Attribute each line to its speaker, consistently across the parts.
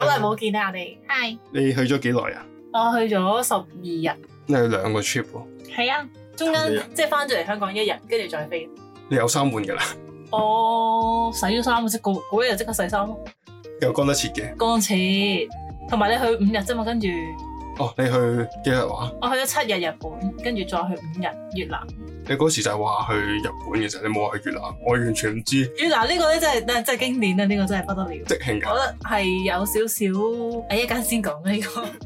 Speaker 1: 耐冇見啦，我哋。係，
Speaker 2: 你去咗幾耐啊？
Speaker 1: 我去咗十二日。
Speaker 2: 你去兩個 trip 喎，
Speaker 1: 係啊，中間
Speaker 2: 十二日
Speaker 1: 即係翻咗嚟香港一日，跟住再飛。
Speaker 2: 你有衫換㗎啦，
Speaker 1: 我哦洗咗衫，即嗰嗰一日即刻洗衫咯，
Speaker 2: 又乾得切嘅。
Speaker 1: 乾切。同埋你去五日啫嘛，跟住
Speaker 2: 哦，你去幾日話？
Speaker 1: 我去咗七日日本，跟住再去五日越南。
Speaker 2: 你嗰時就係話去日本嘅啫，你冇話去越南，我完全唔知
Speaker 1: 越南呢個咧真係真係經典啊！呢、個真係不得了。
Speaker 2: 即興㗎。
Speaker 1: 我覺得係有少少，誒一間先講呢、個。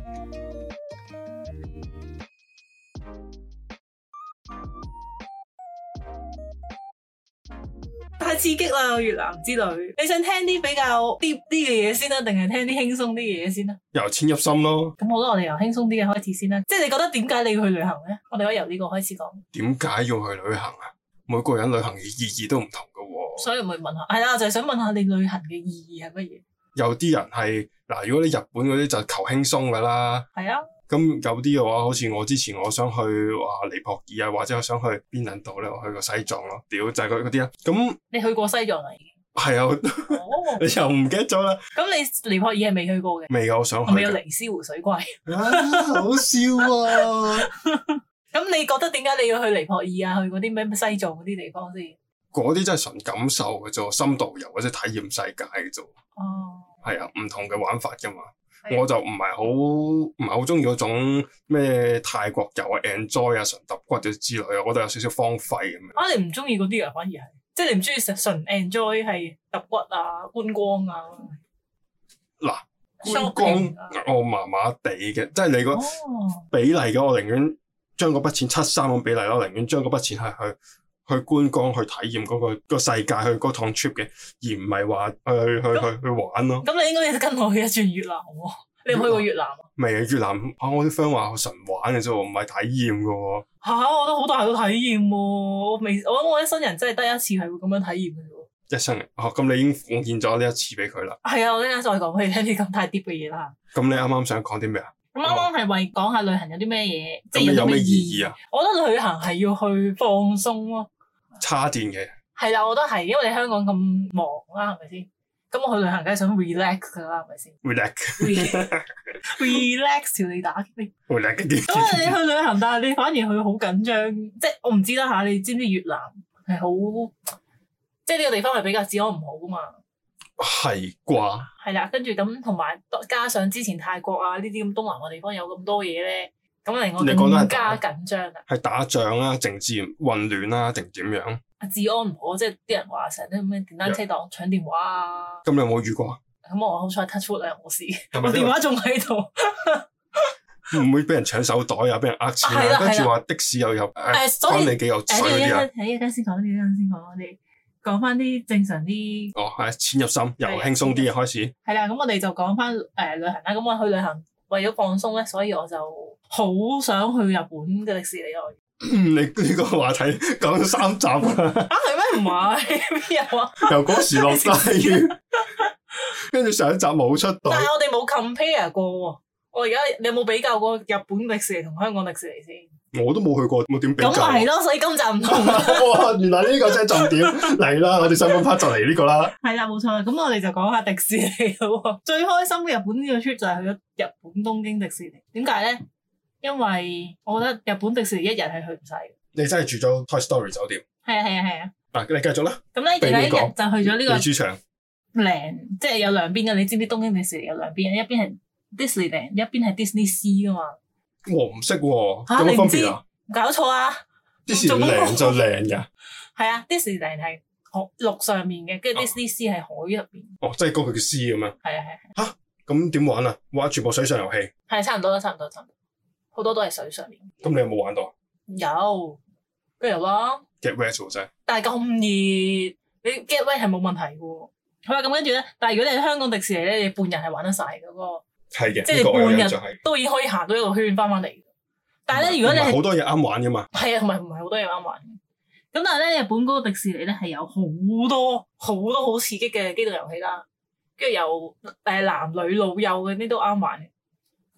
Speaker 1: 太刺激啦！越南之旅，你想聽啲比較 deep 啲嘅嘢先啦，定係聽啲輕鬆啲嘅嘢先啦？
Speaker 2: 由淺入深咯。
Speaker 1: 咁好啦，我哋由輕鬆啲嘅開始先啦。即係你覺得點解你要去旅行咧？我哋可以由呢個開始講，
Speaker 2: 點解要去旅行啊？每個人旅行嘅意義都唔同㗎喎。
Speaker 1: 所以咪問下，係啦，我就係想問下你旅行嘅意義係乜嘢？
Speaker 2: 有啲人係嗱，如果你日本嗰啲就求輕鬆㗎啦。
Speaker 1: 係啊，
Speaker 2: 咁有啲嘅話，好似我之前我想去話尼泊爾啊，或者我想去邊撚度咧，我去過西藏咯。屌就係嗰嗰啲啦。啊咁
Speaker 1: 你去過西藏啦已經。
Speaker 2: 係啊，
Speaker 1: 哦，
Speaker 2: 你又唔記得咗啦？
Speaker 1: 咁你尼泊爾係未去過嘅？
Speaker 2: 未有想去
Speaker 1: 係咪有
Speaker 2: 嘅。
Speaker 1: 尼斯湖水怪？
Speaker 2: 啊，好笑啊！
Speaker 1: 咁你覺得點解你要去尼泊爾啊？去嗰啲咩西藏嗰啲地方先？
Speaker 2: 嗰啲真係純感受嘅啫，深度遊或者體驗世界嘅啫。
Speaker 1: 哦，
Speaker 2: 係啊，唔同嘅玩法噶嘛。
Speaker 1: 係啊
Speaker 2: 我就唔係好唔係好中意嗰種咩泰國遊啊、enjoy 啊、純揼骨嘅之類啊，我覺得有少少荒廢咁樣。
Speaker 1: 啊，你唔中意嗰啲啊，反而係，即係你唔中意純純 enjoy 係揼骨啊、觀光啊、
Speaker 2: 嗱，觀
Speaker 1: shopping 啊
Speaker 2: 光我麻麻地嘅，即係你個
Speaker 1: 哦，
Speaker 2: 比例嘅，我寧願將嗰筆錢七三咁比例咯，我寧願將嗰筆錢係去去觀光去體驗嗰、個個世界去嗰趟 trip 嘅，而唔係話去去去去玩咯。
Speaker 1: 咁你應該要跟我去一轉越南喎。你有冇去過越南啊？
Speaker 2: 未啊，越南啊，我啲 friend 話我純玩嘅啫喎，唔係體驗嘅喎。
Speaker 1: 嚇、我都好大個體驗喎、我未，我諗我一生人真係得一次係會咁樣體驗嘅啫喎。
Speaker 2: 一生人哦，咁你已經奉獻咗呢一次俾佢啦。
Speaker 1: 係啊，我等陣再講俾你聽啲咁太 deep 嘅嘢啦。
Speaker 2: 咁你啱啱想講啲咩啊？
Speaker 1: 咁啱啱係為講下旅行有啲咩嘢，即
Speaker 2: 咁
Speaker 1: 係
Speaker 2: 你有咩
Speaker 1: 咩
Speaker 2: 意義
Speaker 1: 啊？
Speaker 2: 啊？
Speaker 1: 我覺得旅行係要去放鬆咯。
Speaker 2: 叉電嘅，
Speaker 1: 係啦，我都係，因為你香港咁忙啦，係咪先？咁我去旅行梗係想 relax 噶啦，係咪 先
Speaker 2: relax
Speaker 1: ？relax relax 條你打 機。
Speaker 2: relax
Speaker 1: 咁啊你
Speaker 2: 啲。
Speaker 1: 去旅行，但係你反而去好緊張，即係我唔知啦嚇。你知唔知越南係好，即係呢個地方係比較治安唔好噶嘛？
Speaker 2: 係啩？
Speaker 1: 係啦，跟住咁同埋加上之前泰國啊呢啲咁東南亞地方有咁多嘢咧，咁令我
Speaker 2: 你覺得係啊
Speaker 1: 更加
Speaker 2: 打
Speaker 1: 緊張啊啦。
Speaker 2: 係打仗啦、政治混亂啦，定點樣？
Speaker 1: 治安唔好，啊即係啲人話成日都咩電單車黨搶電話啊。
Speaker 2: 咁你有冇遇過啊？
Speaker 1: 咁我好彩 touch wood 啊，冇事，
Speaker 2: 係咪
Speaker 1: 我電話仲喺度。
Speaker 2: 唔會俾人搶手袋啊，俾人呃錢
Speaker 1: 係啦
Speaker 2: 啊，跟
Speaker 1: 係
Speaker 2: 住
Speaker 1: 啦
Speaker 2: 話的士又有
Speaker 1: 誒，
Speaker 2: 誒，
Speaker 1: 所
Speaker 2: 關
Speaker 1: 以
Speaker 2: 你幾有水
Speaker 1: 誒，呢
Speaker 2: 嗰
Speaker 1: 一
Speaker 2: 啲啊。
Speaker 1: 間誒一間先講，呢一間先講，我哋講翻啲正常啲。
Speaker 2: 哦，係淺入心，由
Speaker 1: 係啊
Speaker 2: 輕鬆啲嘅開始。
Speaker 1: 係啦，咁我哋就講翻誒旅行啦。咁我去旅行為咗放鬆咧，所以我就好想去日本嘅迪士尼樂園。
Speaker 2: 你呢個話題講咗三集啦，
Speaker 1: 啊，係咩？唔係邊有 啊？
Speaker 2: 由嗰時落低，跟住上一集冇出到
Speaker 1: 但。係我哋冇 compare 過喎。我而家你有冇比較過日本迪士尼同香港迪士尼先？
Speaker 2: 我都冇去過，冇點比較。啊
Speaker 1: 咁咪係咯，所以今集唔同啊啦。
Speaker 2: 哇！原來呢個真係重點 嚟啦，我哋上半 part 就嚟呢個啦。
Speaker 1: 係啦，冇錯啦。咁我哋就講下迪士尼咯。 最開心嘅日本呢個 trip 就係去咗日本東京迪士尼。點解咧？因為我覺得日本迪士尼一日係去唔晒嘅。
Speaker 2: 你真係住咗 Toy Story 酒店
Speaker 1: 係啊係啊係啊。
Speaker 2: 嗱，你繼續啦。
Speaker 1: 咁咧，第一日就去咗呢
Speaker 2: 你主場
Speaker 1: 個 land，即係有兩邊嘅。你知唔知東京迪士尼有兩邊？一邊係 Disneyland，一邊係 Disney Sea 噶嘛？
Speaker 2: 我唔識喎，
Speaker 1: 嚇
Speaker 2: 有
Speaker 1: 你
Speaker 2: 冇
Speaker 1: 唔
Speaker 2: 分
Speaker 1: 知
Speaker 2: 別啊？
Speaker 1: 搞錯啊！
Speaker 2: 啲事靚就靚㗎，
Speaker 1: 係啊，Disneyland 係海陸上面嘅，跟住 Disney Sea 係海入面。
Speaker 2: 哦，即係嗰個叫 C 咁樣。
Speaker 1: 係啊係啊
Speaker 2: 咁點玩啊？玩全部水上遊戲，
Speaker 1: 係啊，差唔多啦，差唔多差唔多。好多都係水上面。
Speaker 2: 咁你有冇玩到啊
Speaker 1: 有，跟住有啦。
Speaker 2: ？Get wet 喎真係，
Speaker 1: 但係咁熱，你 get wet 係冇問題嘅喎。好啦，咁跟住咧，但係如果你喺香港迪士尼咧，你半日係玩得晒嘅嗰個，
Speaker 2: 係
Speaker 1: 即係
Speaker 2: 嘅，
Speaker 1: 你
Speaker 2: 呢個我有
Speaker 1: 半日
Speaker 2: 印象係。
Speaker 1: 都已經可以行到一個圈翻返嚟。但係咧，如果你
Speaker 2: 唔係
Speaker 1: 係
Speaker 2: 好多嘢啱玩㗎嘛，
Speaker 1: 係啊，同埋唔係好多嘢啱玩嘅。咁但係咧，日本嗰個迪士尼咧係有好多好多好刺激嘅機動遊戲啦，跟住有誒男女老幼嗰啲都啱玩嘅。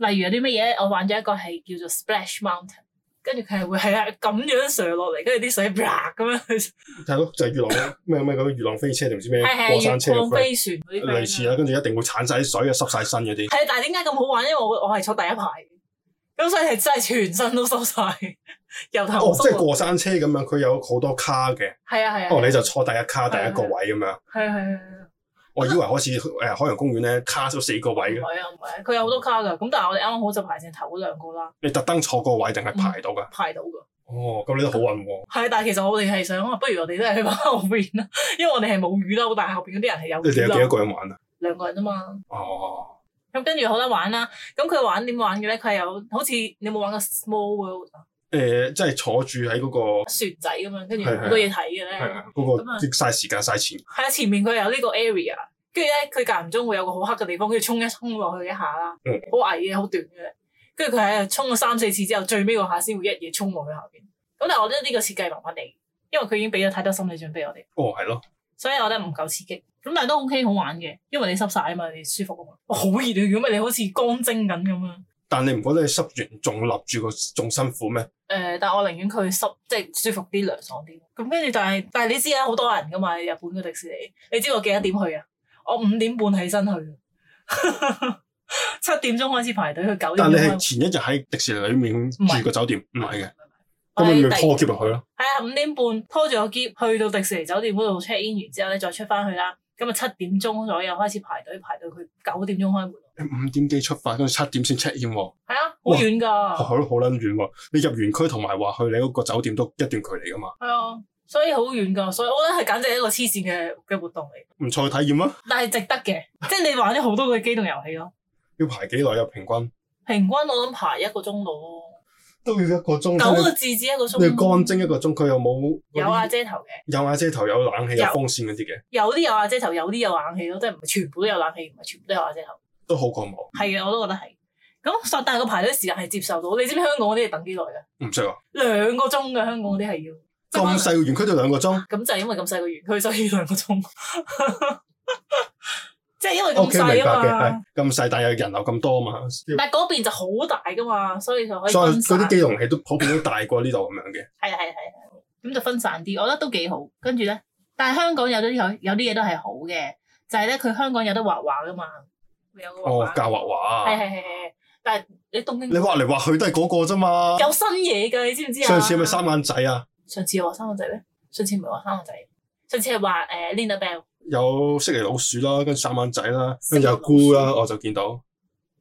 Speaker 1: 例如有啲乜嘢，我玩咗一個係叫做 Splash Mountain，跟住佢係會係啊咁樣上落嚟，跟住啲水啪咁樣去，
Speaker 2: 係咯，就係魚浪咩咩嗰啲魚浪飛車定唔知咩
Speaker 1: 係
Speaker 2: 過山
Speaker 1: 係
Speaker 2: 車
Speaker 1: 月
Speaker 2: 嘅
Speaker 1: 光
Speaker 2: friend，
Speaker 1: 飛船嗰啲 friend 啊
Speaker 2: 類似啦，啊跟住一定會鏟晒啲水啊，濕晒身嗰啲。
Speaker 1: 係啊，但係點解咁好玩？因為我我係坐第一排嘅，咁所以係真係全身都濕晒，由頭
Speaker 2: 哦，即
Speaker 1: 濕
Speaker 2: 係
Speaker 1: 到。
Speaker 2: 過山車咁樣，佢有好多卡嘅。
Speaker 1: 係啊啊係啊。
Speaker 2: 哦，你就坐第一卡第一個位咁樣。
Speaker 1: 係啊係啊係啊。
Speaker 2: 我以為好似誒海洋公園咧，卡咗四個位
Speaker 1: 唔
Speaker 2: 嘅，
Speaker 1: 係啊，唔係啊，佢有好多卡㗎。咁但係我哋啱啱好就排正頭嗰兩個啦，
Speaker 2: 你特登坐個位定係
Speaker 1: 嗯
Speaker 2: 排到㗎？
Speaker 1: 排到㗎。
Speaker 2: 哦，咁你都好運喎。
Speaker 1: 係，但係其實我哋係想話，不如我哋都係去翻後邊啦， 因為我哋係冇魚褸，但係後邊嗰啲人係有
Speaker 2: 你哋
Speaker 1: 魚
Speaker 2: 有幾
Speaker 1: 褸，
Speaker 2: 多個人玩啊？
Speaker 1: 兩個人啊嘛。
Speaker 2: 哦，
Speaker 1: 咁跟住好得玩啦。咁佢玩點玩嘅咧？佢係有好似你有冇玩過 Small World 啊
Speaker 2: 誒，即係坐住喺嗰個
Speaker 1: 船仔咁樣，跟住
Speaker 2: 係係
Speaker 1: 好多嘢睇嘅
Speaker 2: 係
Speaker 1: 咧。
Speaker 2: 啊，嗰
Speaker 1: 咁
Speaker 2: 個
Speaker 1: 啊
Speaker 2: 即嘥時間嘥錢。
Speaker 1: 係啊，前面佢有呢個 area，跟住咧佢間唔中會有個好黑嘅地方，跟住衝一衝落去一下啦
Speaker 2: 嗯，
Speaker 1: 好矮嘅，好短嘅。跟住佢喺度衝咗三四次之後，最尾嗰下先會一嘢衝落去下邊。咁但係我覺得呢個設計麻麻地，因為佢已經俾咗太多心理準備我哋，
Speaker 2: 哦，係咯，
Speaker 1: 所以我覺得唔夠刺激。咁但係都 OK 好玩嘅，因為你濕晒啊嘛，你舒服啊嘛。哇，好熱啊！如果唔係你好似乾蒸緊咁啊。
Speaker 2: 但你唔覺得你濕完仲立住個仲辛苦咩？
Speaker 1: 誒、呃但係我寧願佢濕，即係舒服啲、涼爽啲。咁跟住，但係但係你知啦，好多人噶嘛，日本嘅迪士尼。你知我幾多點去啊？我五點半起身去，啊 七點鐘開始排隊，去九點鐘
Speaker 2: 但你
Speaker 1: 開
Speaker 2: 係
Speaker 1: 始。
Speaker 2: 前一日喺迪士尼裏面
Speaker 1: 係
Speaker 2: 住個酒店，唔係嘅，
Speaker 1: 我
Speaker 2: 咁
Speaker 1: 係
Speaker 2: 咪要
Speaker 1: 第
Speaker 2: 拖篋入去咯。
Speaker 1: 係啊，五點半拖住個篋去到迪士尼酒店嗰度 check in 完之後咧，再出翻去啦。咁啊七點鐘左右開始排隊，排到佢九點鐘開門。
Speaker 2: 五點幾出發，跟住七點先 check in 喎，
Speaker 1: 係啊，好
Speaker 2: 哇
Speaker 1: 遠㗎。
Speaker 2: 好好撚遠喎。你入園區同埋話去你嗰個酒店都一段距離噶嘛，
Speaker 1: 係啊，所以好遠㗎。所以我覺得係簡直係一個黐線嘅嘅活動嚟，
Speaker 2: 唔錯嘅體驗啊！
Speaker 1: 但係值得嘅，即係你玩咗好多個機動遊戲咯。
Speaker 2: 要排幾耐啊？平均
Speaker 1: 平均我諗排一個鐘度咯，
Speaker 2: 都要一個鐘。
Speaker 1: 九個字至一個
Speaker 2: 你要乾
Speaker 1: 鐘。
Speaker 2: 蒸一個鐘，佢有冇嗰啲
Speaker 1: 有瓦遮頭嘅，
Speaker 2: 有瓦遮頭，有冷氣，有
Speaker 1: 有
Speaker 2: 風扇嗰啲嘅，
Speaker 1: 有啲有瓦遮頭，有啲有冷氣咯，即係唔係全部都有冷氣，唔係全部都有瓦遮頭。
Speaker 2: 都好過冇。
Speaker 1: 係嘅，我都覺得係。咁所但係個排隊時間係接受到，你知唔知香港嗰啲係等幾耐嘅？
Speaker 2: 唔識啊！
Speaker 1: 兩個鐘嘅香港嗰啲係要。
Speaker 2: 咁
Speaker 1: 即係
Speaker 2: 細個園區都兩個鐘
Speaker 1: 可能咁就係因為咁細個園區，所以兩個鐘。 即係因為咁
Speaker 2: ，OK 明
Speaker 1: 細
Speaker 2: 白嘅，
Speaker 1: 啊嘛
Speaker 2: 係，咁細，但係人流咁多啊嘛，
Speaker 1: 但係嗰邊就好大噶嘛，所以就可以
Speaker 2: 所以
Speaker 1: 分
Speaker 2: 嗰
Speaker 1: 散。
Speaker 2: 啲機動器都普遍都大過呢度咁樣嘅。
Speaker 1: 係啊係啊係啊，咁就分散啲，我覺得都幾好。跟住咧，但係香港有啲有有啲嘢都係好嘅，就係咧佢香港有得畫畫噶嘛，會有個
Speaker 2: 哦
Speaker 1: 畫，畫。
Speaker 2: 教畫
Speaker 1: 係
Speaker 2: 畫，
Speaker 1: 係係係，但係你東京
Speaker 2: 你畫嚟畫去都係嗰個啫嘛。
Speaker 1: 有新嘢㗎，你知唔知啊？
Speaker 2: 上次係咪三眼仔啊？
Speaker 1: 上次又畫三個仔咩？上次唔係畫三個仔，上次係畫誒 Linda Bell
Speaker 2: 有悉尼老鼠啦，跟住三眼仔啦，
Speaker 1: 悉
Speaker 2: 跟
Speaker 1: 尼
Speaker 2: 住有
Speaker 1: 老鼠
Speaker 2: 菇啦，我就見到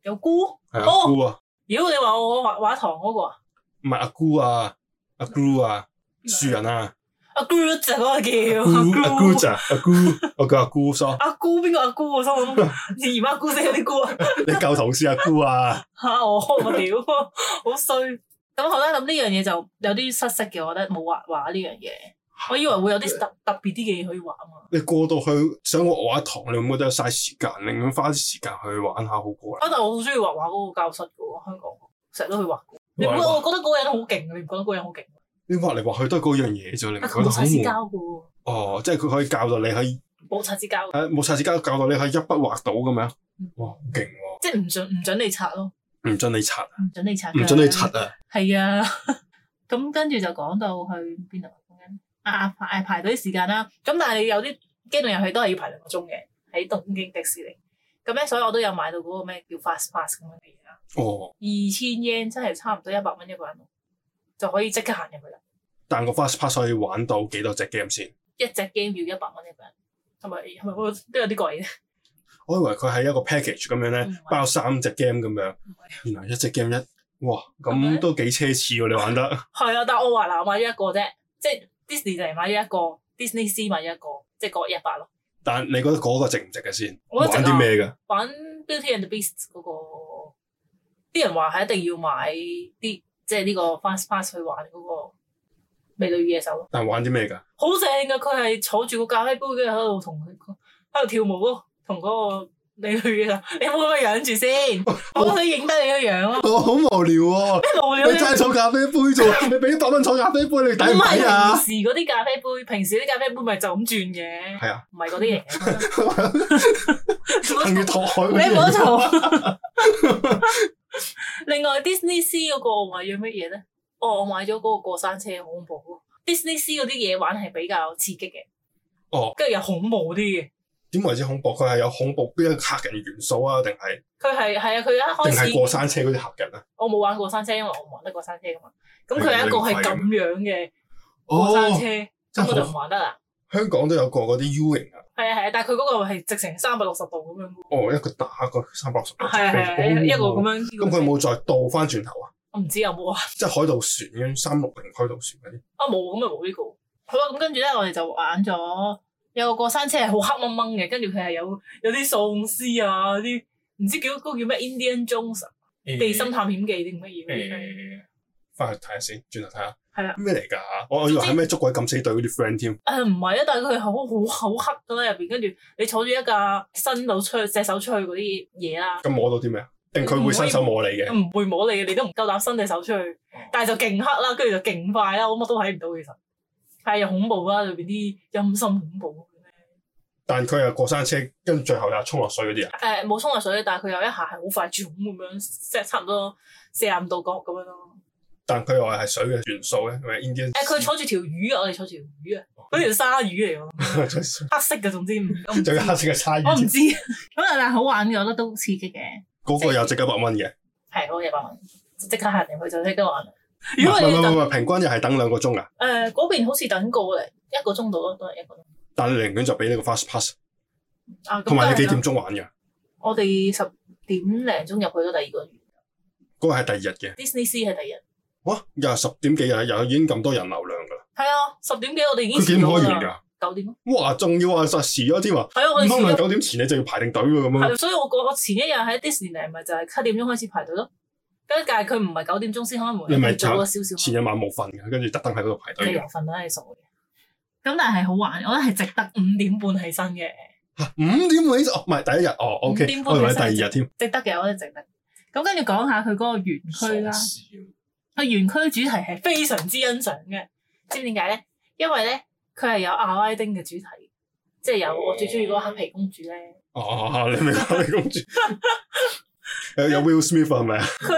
Speaker 1: 有菇。
Speaker 2: 係
Speaker 1: 哦
Speaker 2: 阿菇啊，
Speaker 1: 妖你話我畫畫堂嗰個啊？
Speaker 2: 唔係阿菇啊，阿 Gru 啊，樹人啊，
Speaker 1: 阿 Groot 就嗰個叫
Speaker 2: 阿 Gru 阿 Gru
Speaker 1: 阿 Groot
Speaker 2: 咋，阿 Gru，我叫阿姑疏，
Speaker 1: 阿姑邊個阿姑？我心諗 你姨媽姑死嗰啲姑啊！
Speaker 2: 你舊同事阿姑啊，
Speaker 1: 吓我我屌，好衰。咁好啦，咁呢樣嘢就有啲失色嘅，我覺得冇畫畫呢樣嘢。我以為會有啲特特別啲嘅嘢可以畫啊嘛。
Speaker 2: 你過到去想畫畫堂，你會唔會覺得嘥時間，寧願花啲時間去玩下好過啦。
Speaker 1: 啊，但我好中意畫畫嗰個教室嘅喎，香港成日都去畫。你唔覺
Speaker 2: 畫嚟
Speaker 1: 得我
Speaker 2: 畫
Speaker 1: 覺得嗰個人好勁啊？你唔覺得嗰個人好勁？
Speaker 2: 你畫嚟畫去都係嗰樣嘢啫，你唔
Speaker 1: 但
Speaker 2: 覺
Speaker 1: 佢啊冇
Speaker 2: 得好
Speaker 1: 擦紙
Speaker 2: 悶？
Speaker 1: 膠嘅喎，
Speaker 2: 哦，即係佢可以教到你喺
Speaker 1: 冇擦紙膠，
Speaker 2: 誒冇擦紙膠教到你喺一筆畫到咁樣
Speaker 1: 嗯，
Speaker 2: 哇，好勁喎！
Speaker 1: 即係唔準唔準你擦咯，
Speaker 2: 唔准你擦，
Speaker 1: 唔準你擦。
Speaker 2: 唔准你擦。啊！
Speaker 1: 係啊， 咁跟住就講到去邊度講緊啊排排隊時間啦。咁但係有啲機動遊戲都係要排兩個鐘嘅，喺東京迪士尼。咁咧，所以我都有買到嗰個咩叫 Fast Pass 咁樣嘅嘢啦。
Speaker 2: 哦。
Speaker 1: 二千 yen 真係差唔多一百蚊一個人，就可以即刻行入去啦。
Speaker 2: 但個 fast pass 可以玩到幾多隻 game 先？
Speaker 1: 一隻 game 要一百蚊一個人，係咪係咪我都有啲貴嘅？
Speaker 2: 我以為佢係一個 package 咁樣
Speaker 1: 唔
Speaker 2: 咧
Speaker 1: 係，
Speaker 2: 包三隻 game 咁樣
Speaker 1: 唔係。
Speaker 2: 原來一隻 game 一，哇，
Speaker 1: 係咪
Speaker 2: 咁都幾奢侈喎！你玩得
Speaker 1: 係啊，但我話嗱，我買咗一個啫，即係 Disney 就係買咗一個，Disney C 買咗一個，即係各一百咯。
Speaker 2: 但你覺得嗰個值唔值嘅先？
Speaker 1: 我
Speaker 2: 玩
Speaker 1: 覺得值啊
Speaker 2: 啲咩㗎？
Speaker 1: 玩 Beauty and the Beast 嗰、個，啲人話係一定要買啲即係呢個 Fast Pass 去玩嗰個美女與野獸咯，
Speaker 2: 但玩啲咩㗎？
Speaker 1: 好正噶！佢係坐住個咖啡杯，跟住喺度同佢喺度跳舞咯，同嗰個美女與野獸， 你有冇咁嘅樣住先？我想影低你個樣咯，
Speaker 2: 哦我好無聊 喎！
Speaker 1: 咩無聊啫？
Speaker 2: 坐咖啡 杯啫，你俾一百蚊坐咖啡杯，你
Speaker 1: 唔係
Speaker 2: 啊
Speaker 1: 平？時嗰啲咖啡杯，平時啲咖啡杯咪就咁轉嘅，
Speaker 2: 係啊，
Speaker 1: 唔係嗰啲 嚟
Speaker 2: 等於
Speaker 1: 嘅。
Speaker 2: 托海嗰啲
Speaker 1: 你
Speaker 2: 嘢
Speaker 1: 唔好嘈。另外 Disney C 嗰個我話要乜嘢咧？哦，我買咗嗰個過山車，好恐怖喎。Disney Sea 嗰啲嘢玩係比較刺激嘅，
Speaker 2: 哦，
Speaker 1: 跟住又恐怖啲嘅。
Speaker 2: 點為之恐怖？佢係有恐怖邊一個嚇人元素啊？定係
Speaker 1: 佢係係啊，佢一開
Speaker 2: 定係
Speaker 1: 始
Speaker 2: 過山車嗰啲嚇人啊？
Speaker 1: 我冇玩過山車，因為我唔玩得過山車噶嘛。咁佢
Speaker 2: 明
Speaker 1: 有一個
Speaker 2: 明
Speaker 1: 係
Speaker 2: 係
Speaker 1: 咁
Speaker 2: 咁
Speaker 1: 樣嘅過山
Speaker 2: 哦
Speaker 1: 車，，
Speaker 2: 真
Speaker 1: 咁我就
Speaker 2: 係
Speaker 1: 唔
Speaker 2: 好。
Speaker 1: 玩得啦。
Speaker 2: 香港都有個嗰啲 U 型啊，
Speaker 1: 係啊係啊，但係佢嗰個係直成三百六十度咁樣嘅喎。
Speaker 2: 哦，一個打一個三百六十度，
Speaker 1: 係啊係啊，一一個咁
Speaker 2: 樣。
Speaker 1: 樣。
Speaker 2: 咁佢冇再倒翻轉頭啊？
Speaker 1: 我唔知有冇啊，
Speaker 2: 即係海盜船跟三六零海盜船嗰啲。
Speaker 1: 啊冇咁咪冇呢個。好啊啦，咁跟住咧，我哋就玩咗有個過山車係好黑掹掹嘅，跟住佢係有有啲喪屍啊，啲唔知叫嗰個叫咩 Indian Jones 啊地心探險記定乜嘢嗰啲咩？
Speaker 2: 誒，翻去睇下先，轉頭睇下。
Speaker 1: 係啦
Speaker 2: 咩嚟㗎？我我以為係咩捉鬼敢死隊嗰啲 friend 添。
Speaker 1: 誒唔係啊，但係佢係好好好黑㗎啦入邊，跟住你坐住一架伸到出去隻手出去嗰啲嘢啦。
Speaker 2: 咁摸到啲咩啊？定佢會伸手摸你嘅？
Speaker 1: 唔會摸你嘅，你都唔夠膽伸隻手出去，但係就勁黑啦，跟住就勁快啦，我乜都睇唔到其實，但係又恐怖啦，裏邊啲陰森恐怖咁樣咧。
Speaker 2: 但佢又過山車，跟住最後又衝落水嗰啲啊！
Speaker 1: 誒呃冇沖落水，但係佢有一下係好快轉咁樣，即係差唔多四十五度角咁樣咯。
Speaker 2: 但佢又係水嘅元素咧，係咪 Indian？
Speaker 1: 誒 佢坐住條魚啊，我哋坐住條魚啊，嗰條鯊魚嚟㗎，黑色嘅總之唔，我 唔知
Speaker 2: 仲有黑色嘅差
Speaker 1: 我唔
Speaker 2: 魚，
Speaker 1: 知。咁啊，但係好玩嘅，我覺得都刺激嘅。
Speaker 2: 嗰個又值一百蚊嘅。
Speaker 1: 係，我嘢百蚊，即刻行入去就即刻玩啦。
Speaker 2: 唔
Speaker 1: 如果
Speaker 2: 係唔
Speaker 1: 你
Speaker 2: 係
Speaker 1: 等
Speaker 2: 唔係，平均又係等兩個鐘㗎。啊
Speaker 1: 誒嗰邊好似等個嚟一個鐘度咯，都係一個鐘。
Speaker 2: 但你寧願就俾呢個 fast pass，
Speaker 1: 啊，咁
Speaker 2: 同埋你
Speaker 1: 梗
Speaker 2: 幾
Speaker 1: 係啦
Speaker 2: 點鐘玩嘅？
Speaker 1: 我哋十點零鐘入去咗第二個園
Speaker 2: 嗰個係第二日嘅。
Speaker 1: ，Disney Sea 係第一。
Speaker 2: 哇！又係十點幾日，又已經咁多人流量㗎啦。
Speaker 1: 係啊，十點幾我哋已經
Speaker 2: 佢幾點
Speaker 1: 遲
Speaker 2: 開
Speaker 1: 咗
Speaker 2: 完
Speaker 1: 啦，
Speaker 2: 㗎？
Speaker 1: 九點咯。
Speaker 2: 哇！仲要話實時咗添啊！
Speaker 1: 係啊，我哋
Speaker 2: 唔
Speaker 1: 遲
Speaker 2: 通你
Speaker 1: 咗。
Speaker 2: 九點前你就要排定隊㗎咁樣？
Speaker 1: 係，所以我講我前一日喺 Disneyland 咪就係七點鐘開始排隊咯。跟住但係佢唔係九點鐘先開門，
Speaker 2: 你咪
Speaker 1: 佢早咗少少開。
Speaker 2: 前一晚冇瞓嘅，跟住特登喺嗰度排
Speaker 1: 你
Speaker 2: 隊
Speaker 1: 又
Speaker 2: 嘅。
Speaker 1: 瞓啦，你傻嘅。咁但係好玩，我覺得係值得五點半起身嘅，
Speaker 2: 嚇五點幾哦，唔係第一日哦
Speaker 1: 五
Speaker 2: ，OK，
Speaker 1: 點半
Speaker 2: 我以為
Speaker 1: 起
Speaker 2: 第
Speaker 1: 身
Speaker 2: 二日添。
Speaker 1: 值得嘅，我覺得值得。咁跟住講下佢嗰個園區啦。
Speaker 2: 係
Speaker 1: 佢園區主題係非常之欣賞嘅，知唔知點解咧？因為咧佢係有阿拉丁嘅主題，即係有我最中意嗰個黑皮公主咧。
Speaker 2: 哦，你明白你公 主有有 Will Smith 係咪啊？
Speaker 1: 佢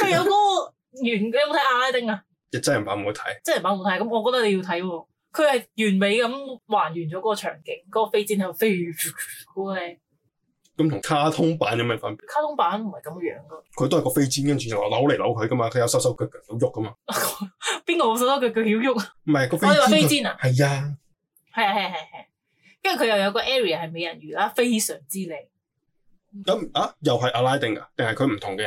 Speaker 1: 佢有嗰個園，你有冇睇阿拉丁啊？
Speaker 2: 日真人版冇睇，
Speaker 1: 真人版冇睇，咁我覺得你要睇喎。佢係完美咁還原咗嗰個場景，嗰、個飛氈喺度飛嗰個咧，
Speaker 2: 咁同卡通版有咩分別？
Speaker 1: 卡通版唔係咁樣噶。
Speaker 2: 佢都係個飛氈，跟住就扭嚟扭去噶嘛，佢有手手腳腳有喐噶嘛。
Speaker 1: 邊個冇手手腳腳曉喐啊？
Speaker 2: 唔係個飛
Speaker 1: 我哋話飛
Speaker 2: 氈佢，
Speaker 1: 氈啊，
Speaker 2: 係啊，
Speaker 1: 係啊係啊係啊係啊。跟住佢又有個 area 係美人魚啦，非常之靚，
Speaker 2: 咁啊又係阿拉丁噶，定係佢唔同嘅？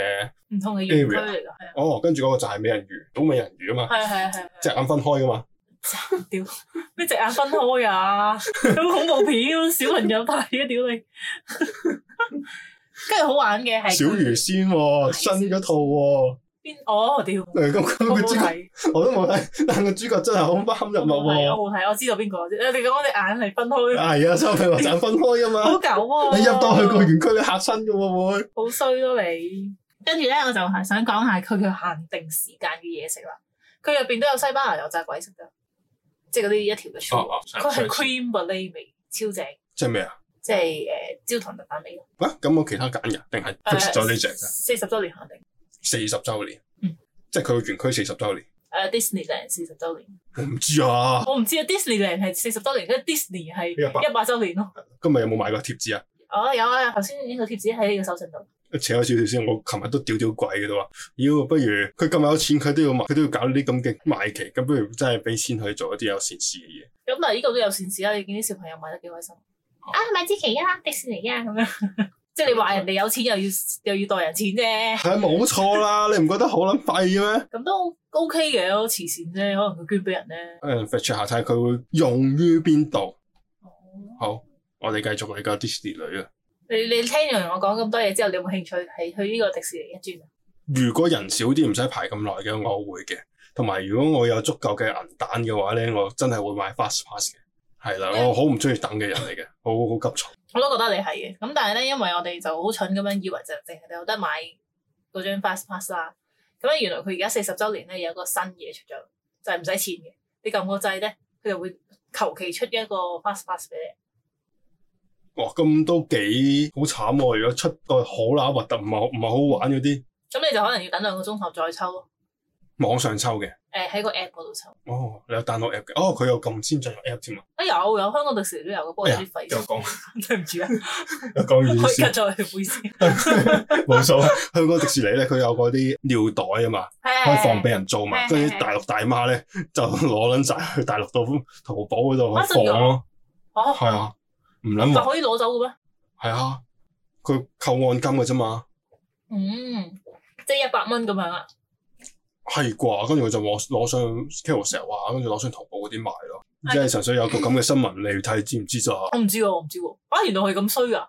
Speaker 1: 唔同嘅園區嚟
Speaker 2: Area
Speaker 1: 㗎，係啊
Speaker 2: 哦，跟住嗰個就係美人魚，倒美人魚啊嘛，
Speaker 1: 係啊係啊係啊。
Speaker 2: 隻眼分開噶嘛。
Speaker 1: 屌咩隻眼分開啊？咁恐 怖片小朋友睇嘅屌你，跟住好玩嘅係
Speaker 2: 小魚仙喎，新嗰套喎，
Speaker 1: 邊哦屌，我
Speaker 2: 誒咁咁
Speaker 1: 冇
Speaker 2: 個主角
Speaker 1: 睇，
Speaker 2: 我都冇睇，但個主角真係好不堪入
Speaker 1: 我
Speaker 2: 目
Speaker 1: 冇睇，
Speaker 2: 喎。
Speaker 1: 我冇睇，我知道邊個啫。你講我隻眼係分開，
Speaker 2: 係啊，所以佢話盞分開
Speaker 1: 好
Speaker 2: 啊
Speaker 1: 狗啊！
Speaker 2: 嘛， 你入到去個園區你嚇親噶喎會。
Speaker 1: 好衰咯你。跟住咧，我就係想講下佢嘅限定時間嘅嘢食啦。佢入邊都有西班牙油炸鬼食噶，即係嗰啲一條嘅串，
Speaker 2: 哦，
Speaker 1: 啊佢係 cream brulee 味，超正，
Speaker 2: 即係咩啊？
Speaker 1: 即係誒焦糖特蛋味。
Speaker 2: 啊，咁我其他揀嘅，定係 fix 咗呢只㗎？
Speaker 1: 四十周年限定。
Speaker 2: 四十週年
Speaker 1: 嗯，
Speaker 2: 即係佢個園區四十週年。
Speaker 1: 誒 Disneyland 四十週年，
Speaker 2: 我唔知啊，
Speaker 1: 我唔知啊 Disneyland 係四十週年，跟住 Disney 係
Speaker 2: 一百
Speaker 1: 一百週年咯。
Speaker 2: 今日有冇買過貼紙啊？
Speaker 1: 哦，有啊，頭先呢個貼紙喺你個手信度。
Speaker 2: 扯開少少先，我琴日都屌屌鬼嘅都話，妖不如佢咁有錢，佢都要買，佢都要搞呢啲咁嘅賣旗，咁不如真係俾錢去做一啲有善事嘅嘢。
Speaker 1: 咁但係呢個都有善事啦，你見啲小朋友買得幾開心。啊，買支旗啊，迪士尼啊，咁樣。 即係你話人哋有錢又要又要代人錢啫，
Speaker 2: 係冇錯啦，你唔覺得好撚廢嘅咩？
Speaker 1: 咁都 OK 嘅，慈善啫，可能佢捐俾人咧。
Speaker 2: 誒 fetch 下睇下佢會用於邊度。
Speaker 1: 哦
Speaker 2: 好，我哋繼續你個 Disney 女啊。
Speaker 1: 你你聽完我講咁多嘢之後，你有冇興趣係去呢個迪士尼一轉啊？
Speaker 2: 如果人少啲唔使排咁耐嘅，我會嘅。同埋如果我有足夠嘅銀彈嘅話咧，我真係會買 fast pass 嘅。係啦，我好唔中意等嘅人嚟嘅，好好急躁。
Speaker 1: 我都覺得你係嘅，咁但係咧，因為我哋就好蠢咁樣以為就淨係有得買嗰張 fast pass 啦。咁咧原來佢而家四十週年咧有個新嘢出咗，就係唔使錢嘅。你撳個掣咧，佢就會求其出一個 fast pass 俾你。
Speaker 2: 哇，咁都幾好慘喎！如果出個好乸核突，唔係好唔係好玩嗰啲，
Speaker 1: 咁你就可能要等兩個鐘頭再抽咯。
Speaker 2: 網上抽嘅。
Speaker 1: 誒喺個 app 嗰度抽。
Speaker 2: 哦，你有 download app 嘅，哦，佢有咁先進嘅 app 添啊，
Speaker 1: 啊有有香港迪士尼都有嘅，不過有啲
Speaker 2: 又
Speaker 1: 廢。
Speaker 2: 講
Speaker 1: 對唔 住啊，
Speaker 2: 又講遠
Speaker 1: 我而家，
Speaker 2: 先
Speaker 1: 再唔好意 思。
Speaker 2: 冇所謂。香港迪士尼咧，佢有嗰啲尿袋啊嘛，開
Speaker 1: 開
Speaker 2: 放俾人做嘛，
Speaker 1: 係
Speaker 2: 跟住
Speaker 1: 係係
Speaker 2: 大陸大媽咧就攞撚晒去大陸度淘寶嗰度
Speaker 1: 啊
Speaker 2: 去放
Speaker 1: 真㗎
Speaker 2: 咯，
Speaker 1: 哦，
Speaker 2: 係啊，唔撚
Speaker 1: 但
Speaker 2: 話，
Speaker 1: 可以攞走嘅咩？
Speaker 2: 係啊，佢扣按金嘅啫嘛，
Speaker 1: 嗯，即係一百蚊咁樣啊。
Speaker 2: 係啩？跟住佢就攞攞上 Carousell 啊，跟住攞上淘寶嗰啲賣咯，即係純粹有個咁嘅新聞你睇知唔知咋？
Speaker 1: 我唔知喎，我唔知喎。啊，原來係咁衰啊！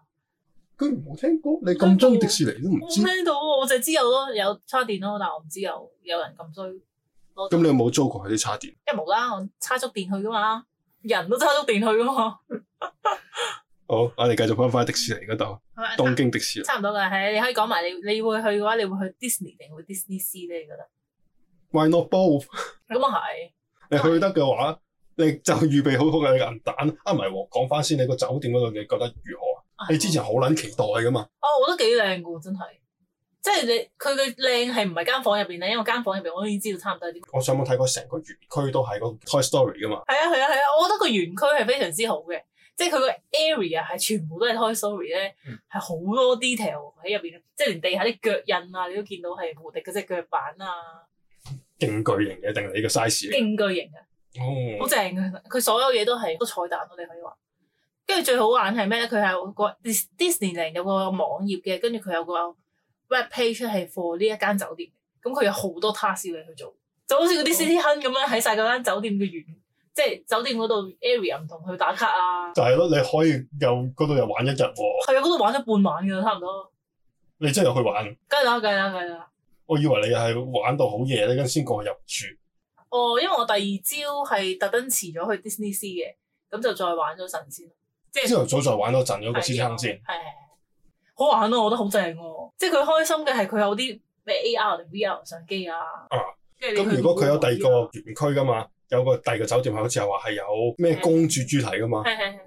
Speaker 2: 居然冇聽過，你
Speaker 1: 咁中意迪
Speaker 2: 士尼都唔
Speaker 1: 我冇聽到喎，我就知有咯，有叉電咯，但我唔知有有人咁衰攞
Speaker 2: 咁
Speaker 1: 走。
Speaker 2: 你有冇租過佢啲叉電？
Speaker 1: 一無啦，我叉足電去噶嘛，人都叉足電去噶嘛，
Speaker 2: 好，我哦啊哋繼續翻返迪士尼嗰度，
Speaker 1: 係咪
Speaker 2: 東京迪士 尼。
Speaker 1: 差唔多噶，係你可以講埋你你會去嘅話，你會去 Disney 定會 Disney Sea 咧？你覺得？
Speaker 2: Why not both？
Speaker 1: 咁啊係，
Speaker 2: 你去得嘅話，你就預備好好嘅銀彈。啊，唔係喎，講翻先，你個酒店嗰度你覺得如何啊？
Speaker 1: 啊
Speaker 2: 你之前好撚期待噶嘛？
Speaker 1: 哦，我覺得幾靚嘅喎，真係，即係你佢嘅靚係唔係間房入邊咧？因為間房入邊我都已經知道差唔多係啲。
Speaker 2: 我上網睇過成個園區都係個 Toy Story 噶嘛。
Speaker 1: 係啊係啊係啊！我覺得個園區係非常之好嘅，即係佢個 area 係全部都係 Toy Story 咧
Speaker 2: 嗯，
Speaker 1: 係好多 detail 喺入邊，即係連地下啲腳印啊，你都見到係無敵嗰只腳板啊，
Speaker 2: 勁巨型嘅定係你個 size？
Speaker 1: 勁巨型啊！好
Speaker 2: 哦，
Speaker 1: 正嘅，佢所有嘢都係好多彩蛋咯，你可以話。跟住最好玩係咩咧？佢係有個 Dis- Disneyland 有個網頁嘅，跟住佢有個 web page 係 for 呢一間酒店，咁佢有好多 task 要你去做，就好似嗰啲 City Hunt 咁樣喺晒嗰間酒店嘅園，即係酒店嗰度 area 唔同去打卡啊。
Speaker 2: 就係咯，你可以有嗰度又玩一日喎。
Speaker 1: 係啊，嗰度玩咗半晚㗎啦，差唔多。
Speaker 2: 你真係有去玩？
Speaker 1: 梗係啦，梗係啦，梗係啦。
Speaker 2: 我以為你係玩到好夜咧，跟住先過去入住。
Speaker 1: 哦，因為我第二朝係特登遲咗去 Disney Sea 嘅，咁就再玩咗陣先。
Speaker 2: 朝頭早再玩多陣嗰個獅子坑先。
Speaker 1: 係啊係好玩啊咯，我覺得好正喎！即係佢開心嘅係佢有啲咩 AR 定 VR 相機啊。
Speaker 2: 啊
Speaker 1: 跟住你
Speaker 2: 咁
Speaker 1: 去
Speaker 2: 如果佢有第二個
Speaker 1: 嗰
Speaker 2: 園區噶嘛，有個第二個酒店，好似係話係有咩公主主題噶嘛
Speaker 1: 個，，係係係係，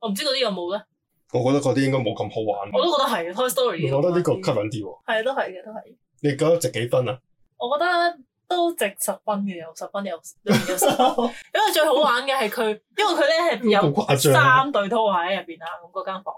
Speaker 1: 我唔知嗰啲有冇咧，
Speaker 2: 我覺得嗰啲應該冇咁好玩。
Speaker 1: 我都覺得係 Toy
Speaker 2: 嗯我
Speaker 1: Story。
Speaker 2: 覺得呢個吸引啲喎。
Speaker 1: 係都係嘅，都係。
Speaker 2: 你覺得值幾分啊？
Speaker 1: 我覺得都值十分嘅，有十分 有裏面有十分，因為最好玩嘅係佢，因為佢咧係
Speaker 2: 咁
Speaker 1: 有
Speaker 2: 誇張啊
Speaker 1: 三對拖鞋喺入邊啊，咁嗰間房，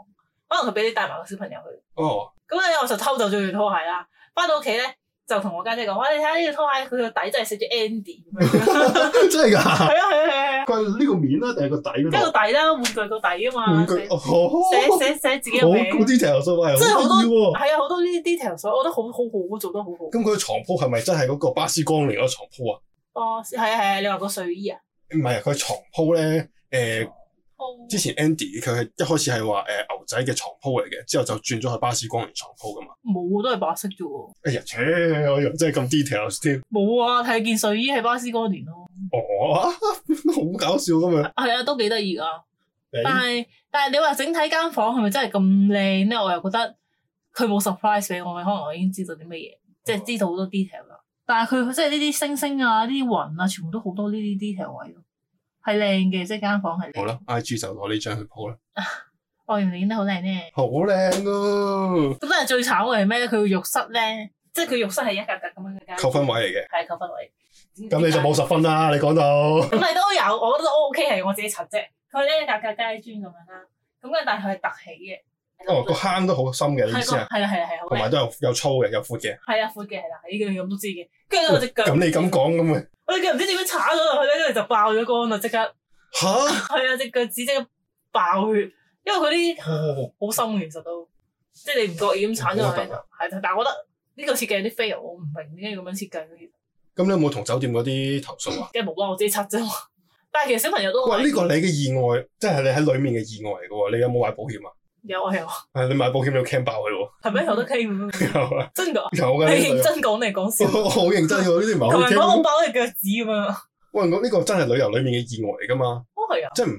Speaker 1: 可能佢俾你帶埋個小朋友去。
Speaker 2: 哦，
Speaker 1: 咁啊咧我就偷走咗對拖鞋啦。翻到屋企咧就同我家姐講：，哇！你睇下呢對拖鞋，佢個底真係寫住 Andy 咁樣。
Speaker 2: 真係
Speaker 1: 係啊係
Speaker 2: 㗎？
Speaker 1: 啊係啊，
Speaker 2: 佢係呢個面啦，定係個底
Speaker 1: 即係個
Speaker 2: 嗰
Speaker 1: 底啦，玩具個底啊
Speaker 2: 度？
Speaker 1: 嘛，
Speaker 2: 玩具
Speaker 1: 寫
Speaker 2: 嗯哦，
Speaker 1: 寫寫自己
Speaker 2: 好
Speaker 1: 嘅
Speaker 2: 高
Speaker 1: 名，
Speaker 2: 啲條數係
Speaker 1: 真係
Speaker 2: 好
Speaker 1: 好多
Speaker 2: 緊要喎。
Speaker 1: 係啊，好多呢啲 detail，所以我覺得好好好，做得好好。
Speaker 2: 咁佢床鋪係咪真係嗰個巴斯光年嗰個床鋪啊？
Speaker 1: 哦，係啊係啊，你話個睡衣啊，
Speaker 2: 唔係啊，佢床鋪咧，誒、
Speaker 1: 哦
Speaker 2: 之前 Andy 佢係一開始係話誒牛仔嘅床鋪嚟嘅，之後就轉咗去巴斯光年床鋪噶嘛。
Speaker 1: 冇都係白色啫喎，
Speaker 2: 哎呀，切！我以為真係咁 details 添。
Speaker 1: 冇啊，睇件睡衣係巴斯光年咯，
Speaker 2: 哦，好搞笑咁樣。
Speaker 1: 係啊，都幾得意啊。但
Speaker 2: 誒
Speaker 1: 係但係你話整體間房係咪真係咁靚咧？我又覺得佢冇 surprise 俾我，可能我已經知道啲乜嘢，即係知道好多 detail 啦。但係佢即係呢啲星星啊、呢啲雲啊，全部都好多呢啲 detail 位咯，係靚嘅，即係間房係靚。
Speaker 2: 好啦，IG 就攞呢張去鋪啦，
Speaker 1: 哦，原來影得好靚咧。
Speaker 2: 好靚啊！
Speaker 1: 咁但係最慘嘅係咩咧？佢個浴室咧，即係佢浴室係一格格咁樣嘅間，
Speaker 2: 扣分位嚟嘅，
Speaker 1: 係扣分位。
Speaker 2: 咁你就冇十分 啦。你講到
Speaker 1: 咁你都有，我覺得 O K 係我自己柒啫。佢咧格格階磚咁樣啦，咁跟但係佢係凸起嘅。
Speaker 2: 哦，個坑都好深嘅
Speaker 1: 係
Speaker 2: 意思
Speaker 1: 個
Speaker 2: 啊，
Speaker 1: 係啦係啦係好
Speaker 2: 同埋
Speaker 1: 嘅，
Speaker 2: 都有有粗嘅，有闊嘅。
Speaker 1: 係啊闊嘅係啦，呢個你咁都知嘅。跟住我只腳，
Speaker 2: 咁你咁，講咁嘅
Speaker 1: 我隻腳唔知點樣叉咗落去咧，跟住就爆咗光啦，即刻
Speaker 2: 吓？
Speaker 1: 係啊只腳趾即刻爆血，因為佢啲
Speaker 2: 哦
Speaker 1: 好深嘅，其實都即係你唔覺意咁鏟咗落去，係，但係我覺得呢個設計有啲 fail，我唔明點解要咁樣設計嘅，
Speaker 2: 咁你有冇同酒店嗰啲投訴啊？
Speaker 1: 梗係冇啦，我自己拆啫嘛。但哦係其實小朋友都
Speaker 2: 哇！呢個你嘅意外，即係你喺裏面嘅意外嚟嘅喎。你有冇買保險啊？
Speaker 1: 有啊有啊，
Speaker 2: 係你買保險你要 can 爆佢喎。
Speaker 1: 係咪有得 claim 咁樣
Speaker 2: 有啊，
Speaker 1: 真㗎？
Speaker 2: 有
Speaker 1: 你
Speaker 2: 嘅。
Speaker 1: 認
Speaker 2: 呢
Speaker 1: 真講定係講
Speaker 2: 個
Speaker 1: 笑？
Speaker 2: 我我好認真喎，呢啲唔係
Speaker 1: 同
Speaker 2: 好
Speaker 1: 人
Speaker 2: can
Speaker 1: 講我。包你腳趾咁樣，
Speaker 2: 喂，我呢個真係旅遊裏面嘅意外嚟噶嘛，
Speaker 1: 哦係啊，
Speaker 2: 即係唔係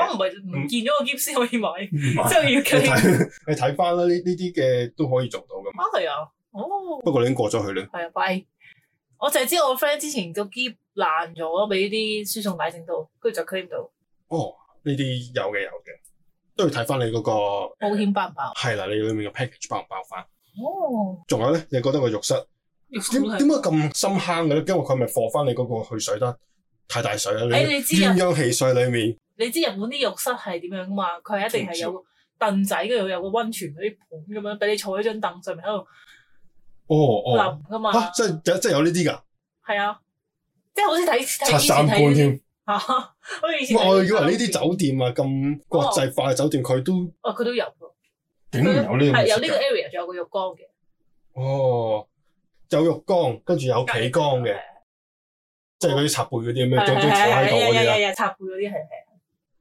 Speaker 2: 誒？
Speaker 1: 我唔係唔見咗個 gift 先可以買，
Speaker 2: 唔係
Speaker 1: 之後要
Speaker 2: 你
Speaker 1: claim。
Speaker 2: 睇你睇翻啦，呢呢啲嘅都可以做到噶
Speaker 1: 哦
Speaker 2: 嘛。
Speaker 1: 係啊，哦
Speaker 2: 不過你已經過咗去啦。
Speaker 1: 係啊，拜！我淨係知我 friend 之前個 gift 爛咗咯，俾啲輸送帶整到，跟住就 claim 到
Speaker 2: 哦，呢啲有嘅有嘅，都要睇翻你嗰、個
Speaker 1: 保險包唔包？
Speaker 2: 係啦，你裡面嘅 package 包唔包翻？
Speaker 1: 哦，
Speaker 2: 仲有咧，你覺得個浴室
Speaker 1: 浴
Speaker 2: 點
Speaker 1: 室好
Speaker 2: 點
Speaker 1: 睇
Speaker 2: 解咁深坑嘅咧？因為佢咪放翻你嗰個去水得太大水啦。你
Speaker 1: 誒你知啊
Speaker 2: 鴛鴦汽水裡面
Speaker 1: 你知日本啲浴室係點樣噶嘛？佢係一定係有個凳仔，跟住有個温泉嗰啲盤咁樣，俾你坐喺張凳上面喺度
Speaker 2: 哦哦
Speaker 1: 淋噶嘛。
Speaker 2: 嚇，真係真真係有呢啲㗎，
Speaker 1: 係啊，即係好似睇睇
Speaker 2: 拆
Speaker 1: 以前
Speaker 2: 三
Speaker 1: 睇
Speaker 2: 觀
Speaker 1: 啲
Speaker 2: 添。
Speaker 1: 嚇，好似以前睇
Speaker 2: 我以為呢啲
Speaker 1: 卡拉 OK
Speaker 2: 酒店啊咁國際化嘅酒店，佢都
Speaker 1: 哦，佢都有㗎，
Speaker 2: 竟然有呢個
Speaker 1: 係啊
Speaker 2: 設
Speaker 1: 有呢個
Speaker 2: 計
Speaker 1: area 仲有個浴缸嘅，
Speaker 2: 哦，有浴缸，跟住有企缸嘅，即係嗰啲插背嗰啲咩，
Speaker 1: 係，
Speaker 2: 總之坐喺度嗰啲啦。
Speaker 1: 係係係插背嗰啲係係。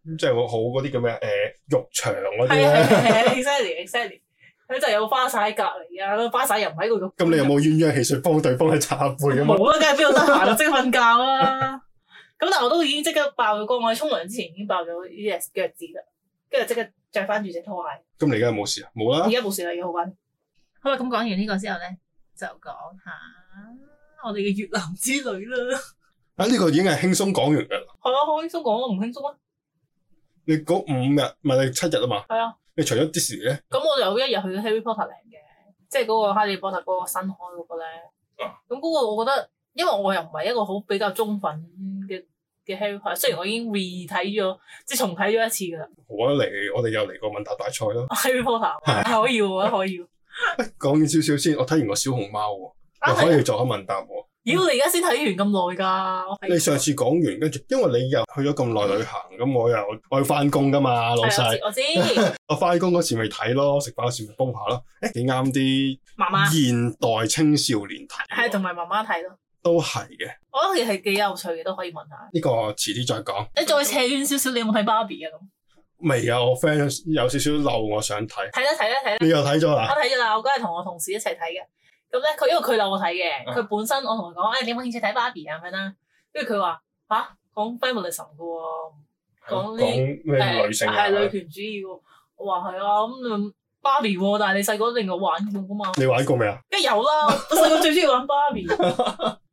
Speaker 2: 咁即係我好嗰啲叫咩？誒浴場
Speaker 1: 係
Speaker 2: 嗰啲
Speaker 1: 啊
Speaker 2: 咧。
Speaker 1: 係啊，exactly exactly，佢就有花灑喺隔離啊，花灑又唔喺個浴。
Speaker 2: 咁你有冇鴛鴦汽水幫對方去插背咁啊？
Speaker 1: 冇啦，梗係邊度得閒啊，即刻瞓覺啦。咁但係我都已經即刻爆咗光，我喺沖涼之前已經爆咗呢隻腳趾啦，跟住即刻着翻住只拖鞋。
Speaker 2: 咁你而家有冇事啊？冇啦
Speaker 1: 而。家冇事啦，已經好翻。好啦，咁講完呢個之後咧，就講下我哋嘅越南之旅啦。
Speaker 2: 啊，呢個已經係輕鬆講完㗎啦。
Speaker 1: 係啊，好輕鬆講，我唔輕鬆啊。
Speaker 2: 你嗰五日咪你七日啊嘛？
Speaker 1: 係啊，
Speaker 2: 你除咗 Disney 咧，
Speaker 1: 咁我就有一日去咗 Harry Potter land 嘅，即係嗰個哈利波特嗰個新開嗰個咧。
Speaker 2: 啊
Speaker 1: 咁嗰個我覺得，因為我又唔係一個好比較忠粉嘅嘅 Harry Potter，雖然我已經 re 睇咗，即係重睇咗一次㗎啦。
Speaker 2: 好啊嚟，我哋又嚟個問答大賽啦。
Speaker 1: Harry Potter
Speaker 2: 係
Speaker 1: 可以喎，我覺得可以喎。
Speaker 2: 喂，講完少少先，我睇完個小熊貓喎，
Speaker 1: 啊
Speaker 2: 又可
Speaker 1: 係啊啊
Speaker 2: 以做下問答喎。
Speaker 1: 咦，我哋而家先睇完咁耐㗎。我睇
Speaker 2: 你上次講完，跟住因為你又去咗咁耐旅行，咁我又我要翻工噶嘛，老細
Speaker 1: 係。啊我知我知，
Speaker 2: 我翻工嗰時咪睇咯，食飯嗰時咪煲下咯。誒幾啱啲
Speaker 1: 媽媽
Speaker 2: 現代青少年睇喎，
Speaker 1: 啊係同埋媽媽睇咯。
Speaker 2: 都係嘅。
Speaker 1: 我覺得其實幾有趣嘅，都可以問下。
Speaker 2: 呢個遲啲再講。
Speaker 1: 你再扯遠少少，你有冇睇芭比啊？咁
Speaker 2: 未啊，我 friend 有少少漏，我想睇。
Speaker 1: 睇啦睇啦睇啦，
Speaker 2: 你又睇咗啊
Speaker 1: 我
Speaker 2: 啦？
Speaker 1: 睇咗啦。我嗰日同我同事一齊睇嘅。咁咧，佢因為佢留我睇嘅，
Speaker 2: 嗯
Speaker 1: 佢本身我同佢講，誒，哎你有冇興趣睇芭比啊？咁樣啦。跟住佢話吓，講 feminism 嘅喎，講呢
Speaker 2: 嗯講咩女性啊？
Speaker 1: 係女權主義喎。我話係啊，咁芭比喎，但係你細個一定有玩過㗎嘛。
Speaker 2: 你玩過未啊？
Speaker 1: 梗係有啦，我細個最中意玩芭比，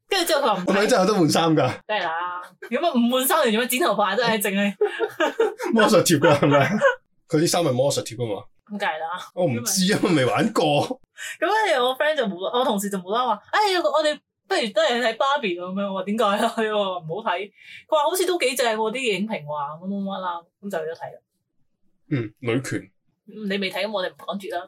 Speaker 1: 跟住之後佢 話唔
Speaker 2: 係咪
Speaker 1: 係，
Speaker 2: 真係有得換衫㗎？
Speaker 1: 梗係啦，如果唔換衫嚟做咩剪頭髮真係淨係
Speaker 2: 魔術貼㗎係咪？佢啲衫係魔術貼㗎嘛？
Speaker 1: 咁梗係啦。
Speaker 2: 我唔知啊，我未玩過。
Speaker 1: 咁跟住我 friend 就冇，我同事就冇啦話，哎呀，我哋不如都係睇芭比咁樣。我話點解啊？佢話唔好睇，佢話好似都幾正喎啲影評話乜乜乜啦，咁就去咗睇啦。
Speaker 2: 嗯，女權
Speaker 1: 嗯你未睇咁，我哋唔講住啦。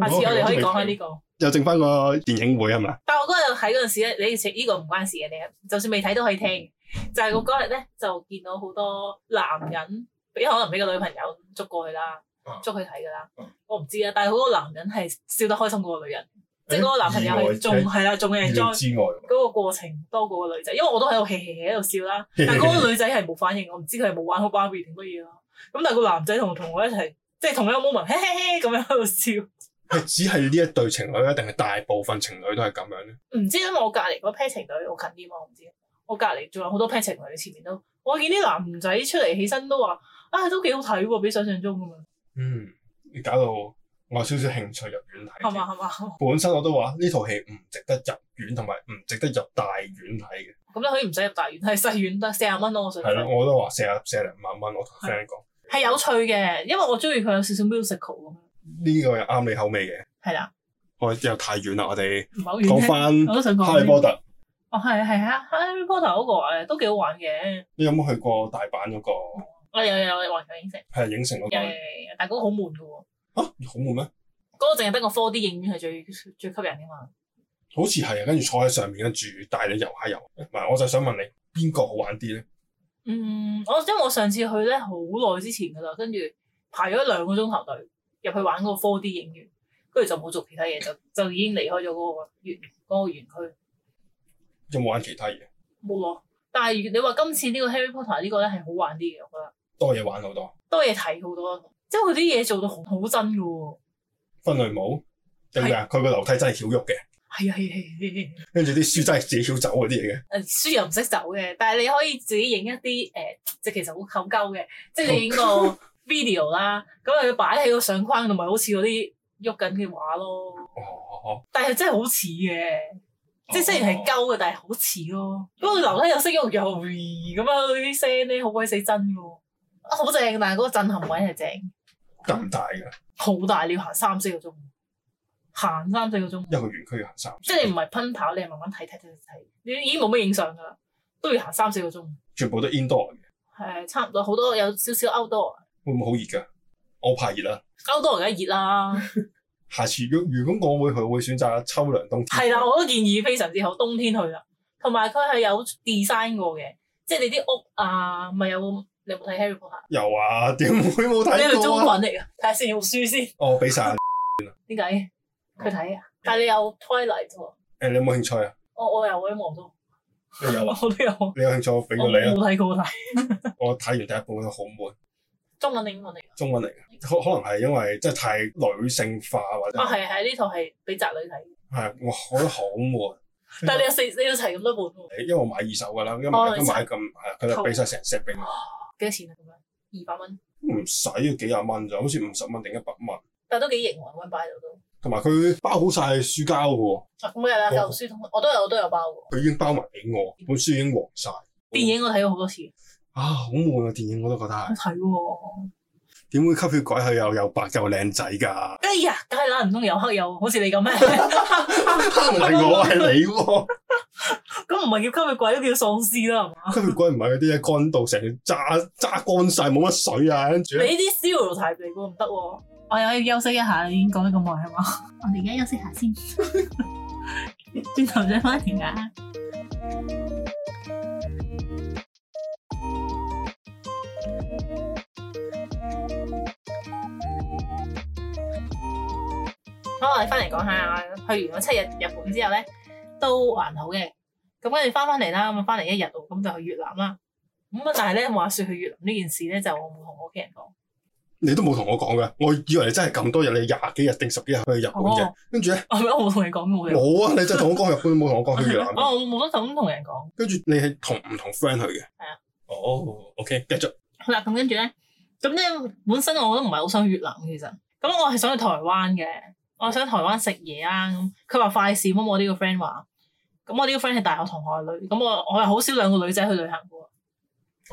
Speaker 1: 下次我哋可以講下呢個。
Speaker 2: 又剩翻個電影會係咪？啊
Speaker 1: 但我嗰日睇嗰陣時咧，你其實呢個唔關事嘅，你就算未睇都可以聽。就係我嗰日咧就見到好多男人，俾可能俾個女朋友捉過去啦
Speaker 2: 啊，
Speaker 1: 捉佢睇噶啦
Speaker 2: 嗯。
Speaker 1: 我唔知啊，但係好多男人係笑得開心過個女人，即係嗰個男朋友
Speaker 2: 意外
Speaker 1: 係仲係啦，仲係 enjoy
Speaker 2: 之外，
Speaker 1: 嗰個過程多過個女仔，因為我都喺度 hea hea 喺度笑啦。但係嗰個女仔係冇反應，我唔知佢係冇玩好芭比定乜嘢啦。咁但係個男仔同同我一齊，即係同一個 moment，嘿嘿嘿咁樣喺度笑。
Speaker 2: 係只係呢一對情侶，一定係大部分情侶都係咁樣咧。
Speaker 1: 唔知因為我隔離嗰 pair 情侶我近啲嘛，我唔知。我隔離仲有好多 pair 情侶，前面都我見啲男仔出嚟起身都話，啊都幾好睇喎，比想象中咁樣，
Speaker 2: 嗯，你搞到我有少少興趣入院睇。
Speaker 1: 係嘛？係嘛？
Speaker 2: 本身我都話呢套戲唔值得入院，同埋唔值得入大院睇嘅。
Speaker 1: 咁你可以唔使入大院，係細院得四十蚊咯，我想
Speaker 2: 係啦，我都話四啊四零萬蚊，我同 friend 講
Speaker 1: 係有趣嘅，因為我中意佢有少少 musical 咁樣，
Speaker 2: 呢個又啱你口味嘅。
Speaker 1: 係啦，
Speaker 2: 我又太遠啦，我哋
Speaker 1: 哦唔係好
Speaker 2: 講
Speaker 1: 遠聽。
Speaker 2: 翻
Speaker 1: 我都想講
Speaker 2: 哈利波特。
Speaker 1: 哦，係係啊，Harry Potter 嗰個誒都幾好玩嘅，
Speaker 2: 你有冇去過大阪嗰個
Speaker 1: 我有有有環球影城，
Speaker 2: 係影城嗰個
Speaker 1: 有有有有，但係嗰個好悶嘅喎，
Speaker 2: 啊？好悶咩？
Speaker 1: 嗰個淨係得個 4D 影院係最最吸引嘅嘛。
Speaker 2: 好似係啊，跟住坐喺上面，跟住帶你遊下遊。唔係，我就想問你邊個好玩啲咧？
Speaker 1: 嗯，我因為我上次去咧好耐之前噶啦，跟住排咗兩個鐘頭隊入去玩嗰個 4D 影院，跟住就冇做其他嘢，就就已經離開咗嗰個園嗰、個園區
Speaker 2: 有冇玩其他嘢？
Speaker 1: 冇咯。但係你話今次呢個 Harry Potter 呢個咧係好玩啲嘅，我覺得
Speaker 2: 多嘢玩好多，
Speaker 1: 多嘢睇好多，即係佢啲嘢做到好好真嘅喎。
Speaker 2: 分類冇定咩啊？佢個樓梯真係曉喐嘅，
Speaker 1: 係啊係啊係啊
Speaker 2: 跟住啲書真係自己曉走嗰啲嘢嘅。
Speaker 1: 係啊，誒書又唔識走嘅，但係你可以自己影一啲誒、呃即係其實好扣鳩嘅，即係你影個 video 啦，咁你擺喺個相框度，咪好似嗰啲喐緊嘅畫咯。
Speaker 2: 哦，
Speaker 1: 但係真係好似嘅，即係雖然係鳩嘅，但係好似咯。不過樓梯又識喐又咁樣啲聲咧，好鬼死真嘅喎，啊好正！但係嗰個震撼位係正，
Speaker 2: 啊咁大嘅，
Speaker 1: 好大，你要行三四個鐘，行三四個鐘，
Speaker 2: 一個園區要行三個鐘，
Speaker 1: 即係你唔係奔跑，你係慢慢睇睇睇睇睇，你已經冇咩影相㗎啦，都要行三四個鐘。
Speaker 2: 全部都 indoor 嘅，
Speaker 1: 係差唔多，好多有少少 outdoor，outdoor
Speaker 2: 會唔會好熱㗎？我怕熱啦，
Speaker 1: 而家熱 啦，
Speaker 2: 下次如果如果我會去，我會選擇秋涼冬天。
Speaker 1: 係啦，我都建議非常之好，冬天去啦。同埋佢係有 design 過嘅，即係你啲屋啊，咪有你有冇睇 Harry Potter？
Speaker 2: 有啊， 點會冇
Speaker 1: 呢
Speaker 2: 睇
Speaker 1: 度中
Speaker 2: 過啊？
Speaker 1: 文嚟㗎，睇下先用書先。
Speaker 2: 我俾晒
Speaker 1: 點解佢睇啊？但係你有 Twilight 喎，
Speaker 2: 誒，你有冇興趣啊？
Speaker 1: 我我有嘅我都，
Speaker 2: 你有啊？
Speaker 1: 我都有，
Speaker 2: 你有興趣，我俾咗
Speaker 1: 我
Speaker 2: 你啊！
Speaker 1: 冇睇過但係
Speaker 2: 我睇完第一部都好悶，
Speaker 1: 中文定英文嚟㗎？
Speaker 2: 中文嚟嘅，可可能係因為真係太女性化或者
Speaker 1: 啊係係，呢套係啊俾宅女睇嘅，
Speaker 2: 係，我覺得好悶。
Speaker 1: 但係你有四你要齊咁多本喎，
Speaker 2: 因為我買二手㗎啦，因為
Speaker 1: 哦
Speaker 2: 都買咁係，啊佢就俾晒成 set 俾我，
Speaker 1: 幾多錢啊咁樣？二百蚊，
Speaker 2: 唔使啊幾廿蚊咋，好似五十蚊定一百蚊，
Speaker 1: 但係都幾型喎，揾擺喺度都。同
Speaker 2: 同埋佢包好晒書膠嘅喎，
Speaker 1: 啊，咁梗係啦，舊書通我都有，我都有包喎。
Speaker 2: 佢已經包埋俾我，本書已經黃晒。
Speaker 1: 電影我睇過好多次，
Speaker 2: 啊，好悶啊！電影我都覺得
Speaker 1: 好
Speaker 2: 係，
Speaker 1: 睇喎。
Speaker 2: 點會吸血鬼係又又白又靚仔 㗎？
Speaker 1: 哎呀，梗係啦，唔通又黑又好似你咁咩？ 唔
Speaker 2: 唔係我係你喎。
Speaker 1: 咁唔係叫吸血鬼，都叫喪屍啦，係嘛？
Speaker 2: 吸血鬼唔係嗰啲一乾到成揸揸乾晒冇乜水啊，跟住
Speaker 1: 你呢啲 stereotype 嚟喎，唔得喎。我又要休息一下，已經講咗咁耐係嘛？ 我哋而家休息下先， 轉頭再翻嚟啊！好，我哋翻嚟講下，去完嗰七日日本之後咧，都還好嘅。咁跟住翻翻嚟啦，咁翻嚟一日喎，咁就去越南啦。咁啊，但係咧話說去越南呢件事咧，就我冇同我屋企人講。
Speaker 2: 你都冇同我講嘅，我以為你真係咁多日，你廿幾日定十幾日去日本嘅
Speaker 1: 哦，
Speaker 2: 跟住咧
Speaker 1: 我咪我冇同你講冇嘅。
Speaker 2: 冇啊，你就同我講日本，冇同我講去越南 嘅，
Speaker 1: 哦，我冇得咁同人講。
Speaker 2: 跟住你係同唔同 friend 去嘅，係
Speaker 1: 啊，
Speaker 2: 哦，OK，繼續，
Speaker 1: 好啦，咁跟住咧，咁咧本身我都唔係好想去越南其實，咁我係想去台灣嘅，我想去台灣食嘢啊。咁佢話快閃，咁我呢個 friend 話，咁我呢個 friend 係大學同學嘅女，咁我我係好少兩個女仔去旅行嘅
Speaker 2: 哦
Speaker 1: 喎。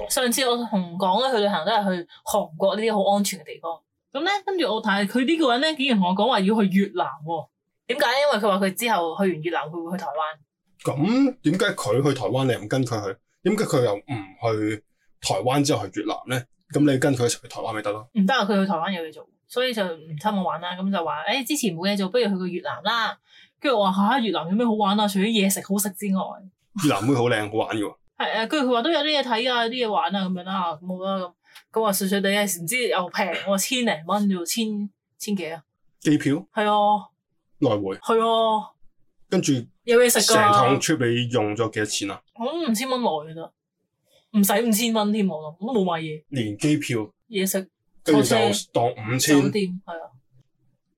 Speaker 1: 上次我同講咧去旅行都係去韓國呢啲好安全嘅地方。咁咧跟住我睇佢呢個人咧，竟然同我講話要去越南喎。點解？因為佢話佢之後去完越南，佢會去台灣。
Speaker 2: 咁點解佢去台灣你唔跟佢去？點解佢又唔去台灣之後去越南咧？咁你跟佢一齊去台灣咪得咯？
Speaker 1: 唔得啊！佢去台灣有嘢做，所以就唔侵我玩啦。咁就話：誒、之前冇嘢做，不如去過越南啦。跟住我話嚇、越南有咩好玩啊？除咗嘢食好食之外，
Speaker 2: 越南妹好靚好玩嘅喎，
Speaker 1: 係誒，跟住佢話都有啲嘢睇啊，有啲嘢玩啊咁樣啦，咁好啦咁。啊佢話碎碎地有時唔知又平喎，千零蚊啫喎，千千幾啊？
Speaker 2: 機票
Speaker 1: 係啊，
Speaker 2: 來回，
Speaker 1: 係啊，
Speaker 2: 跟住
Speaker 1: 有嘢食
Speaker 2: 成趟
Speaker 1: 㗎。
Speaker 2: trip 你用咗幾多錢啊？
Speaker 1: 我諗五千蚊內嘅啫，唔使五千蚊添，我諗我都冇買嘢，
Speaker 2: 連機票
Speaker 1: 嘢食、
Speaker 2: 跟住就
Speaker 1: 坐車
Speaker 2: 當五千。
Speaker 1: 酒店係啊，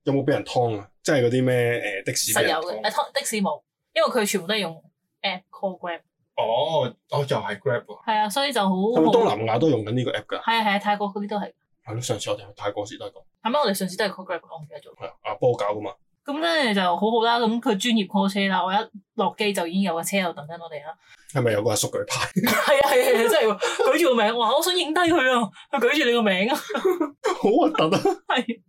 Speaker 2: 有冇俾人劏啊？即係嗰啲咩誒的士
Speaker 1: 實
Speaker 2: 俾人
Speaker 1: 有嘅。
Speaker 2: 劏？
Speaker 1: 誒，的士冇，因為佢全部都係用 app call Grab。
Speaker 2: 哦，哦，又係 Grab 啊！
Speaker 1: 係啊，所以就好
Speaker 2: 係咪東
Speaker 1: 好。
Speaker 2: 南亞都用緊呢個 app 㗎？
Speaker 1: 係啊係啊，泰國嗰啲都係。
Speaker 2: 係咯，上次我哋去泰國時都係咁，
Speaker 1: 係咪我哋上次都係 call Grab，我唔記得咗。
Speaker 2: 係啊阿波搞㗎嘛。
Speaker 1: 咁咧就好好啦，咁佢專業 call 車啦，我一落機就已經有個車喺度等緊我哋啦。
Speaker 2: 係咪有個阿叔舉牌？
Speaker 1: 係啊係啊係啊，真係喎舉住個名，我話我想影低佢啊，佢舉住你個名啊，
Speaker 2: 好核突啊！
Speaker 1: 係。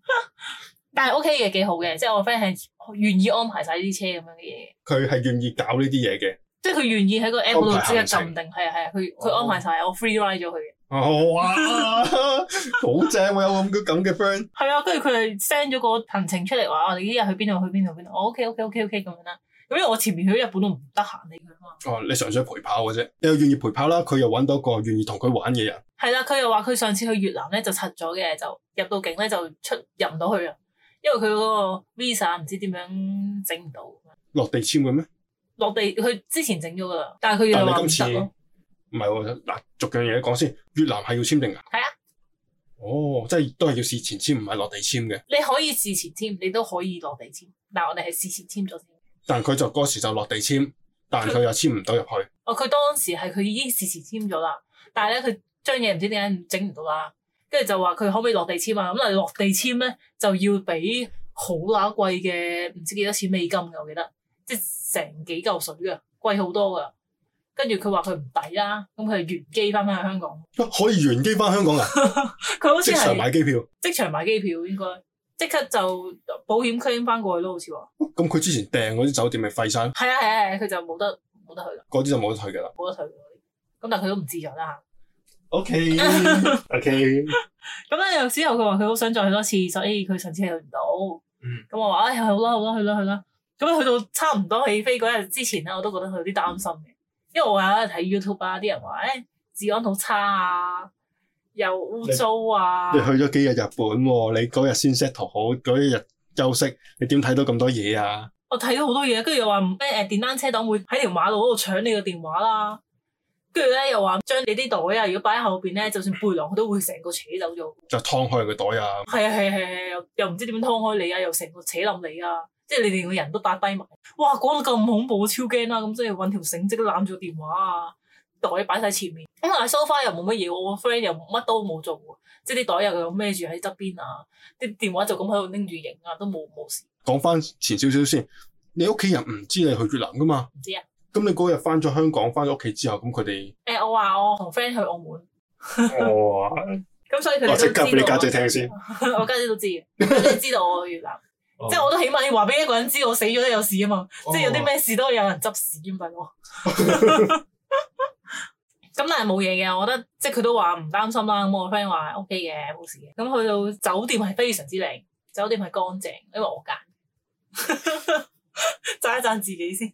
Speaker 1: 但係 OK 嘅，幾好嘅，即係我 friend 係願意安排晒呢啲車咁樣嘅嘢，
Speaker 2: 佢係願意搞呢啲嘢嘅。
Speaker 1: 即係佢願意喺個 app 嗰度
Speaker 2: 安排
Speaker 1: 即刻
Speaker 2: 行程
Speaker 1: 撳定，係啊係啊，佢佢安排晒，我 free ride 咗佢嘅。
Speaker 2: 哦哇， 好正喎！有咁嘅咁嘅 friend，
Speaker 1: 係啊，跟住佢係 send 咗個行程出嚟話，我哋呢日去邊度去邊度去邊度，我 OK OK OK OK 咁樣啦。咁因為我前面去日本都唔得閒理佢啊嘛。
Speaker 2: 哦，你純粹陪跑嘅啫。你又願意陪跑啦，佢又揾到個願意同佢玩嘅人。
Speaker 1: 係啦，佢又話佢上次去越南咧就柒咗嘅，就入到境咧就出入唔到去啊，因為佢嗰個 visa 唔知點樣整唔到，
Speaker 2: 落地簽嘅咩？
Speaker 1: 落地佢之前整咗噶啦，但係佢
Speaker 2: 但
Speaker 1: 又話唔
Speaker 2: 係你今次
Speaker 1: 得咯，
Speaker 2: 唔係喎，嗱，逐樣嘢講先。越南係要簽定㗎？
Speaker 1: 係啊。
Speaker 2: 哦，即係都係要事前簽，唔係落地簽嘅。
Speaker 1: 你可以事前簽，你都可以落地簽，但係我哋係事前簽咗先。
Speaker 2: 但佢就嗰時就落地簽，但佢又簽唔到入去。
Speaker 1: 哦，佢當時係佢已經事前簽咗啦，但係咧佢將嘢唔知點解整唔到啦，跟住就話佢可唔可以落地簽啊？咁但係落地簽咧就要俾好乸貴嘅，唔知幾多錢美金嘅，我記得，即係成幾嚿水嘅，貴好多噶。跟住佢話佢唔抵啦，咁佢就原機翻返去香港。
Speaker 2: 可以原機翻香港啊！
Speaker 1: 佢好似
Speaker 2: 即場
Speaker 1: 係
Speaker 2: 買機票，
Speaker 1: 即場買機票應該，即刻就保險 claim 翻過去咯，好似話。
Speaker 2: 咁佢之前訂嗰啲酒店咪廢晒，
Speaker 1: 係啊係啊係啊，佢就冇得冇得去啦，
Speaker 2: 嗰啲就冇得去㗎啦。
Speaker 1: 冇得去嗰啲。咁但係佢都唔自在啦
Speaker 2: O K O K，
Speaker 1: 嚇。咁咧啊有之後佢話佢好想再去多次，所以佢上次去唔到。
Speaker 2: 嗯。
Speaker 1: 咁我話唉哎好啦好啦去啦去啦。咁去到差唔多起飛嗰日之前咧，我都覺得佢有啲擔心嘅，因為我喺度睇 YouTube 啊，啲人話誒治安好差啊，又污糟啊
Speaker 2: 你。去咗幾日日本喎？你嗰日先 set 好，嗰一日休息，你點睇到咁多嘢啊？
Speaker 1: 我睇咗好多嘢，跟住又話咩誒電單車黨會喺條馬路嗰度搶你個電話啦，跟住咧又話將你啲袋啊，如果擺喺後邊咧，就算背囊佢都會成個扯走咗。
Speaker 2: 就劏開佢個袋啊！
Speaker 1: 係啊係啊係啊係啊，又又唔知點樣劏開你啊，又成個扯冧你啊，即係你連個人都打低埋。哇，講到咁恐怖，超驚啦！咁即係揾條繩即刻攬住個電話啊，袋擺晒前面。咁但係 so far 又冇乜嘢喎，我個 friend 又乜都冇做喎，即係啲袋又咁孭住喺側邊啊，啲電話就咁喺度拎住影啊，都冇冇事，
Speaker 2: 講翻前少少先，你屋企人唔知你去越南㗎嘛？
Speaker 1: 唔知啊。
Speaker 2: 咁你嗰日翻咗香港，翻咗屋企之後，咁 佢哋
Speaker 1: 誒、我話我同 friend 去澳門。
Speaker 2: 哦，
Speaker 1: 咁所以佢哋都
Speaker 2: 我即
Speaker 1: 知
Speaker 2: 刻
Speaker 1: 道
Speaker 2: 俾你家姐哦聽先。
Speaker 1: 我家姐都知嘅，佢哋知道我去越 南， 即係我都起碼要話俾一個人知我死咗都有事啊嘛，
Speaker 2: 哦
Speaker 1: 即係有啲咩事都有人執屎咁笨 我。咁但係冇嘢嘅，我覺得即係佢都話唔擔心啦。咁我 friend 話 O K 嘅，冇事嘅。咁去到酒店係非常之靚，酒店係乾淨，因為我揀。 讚一讚自己先，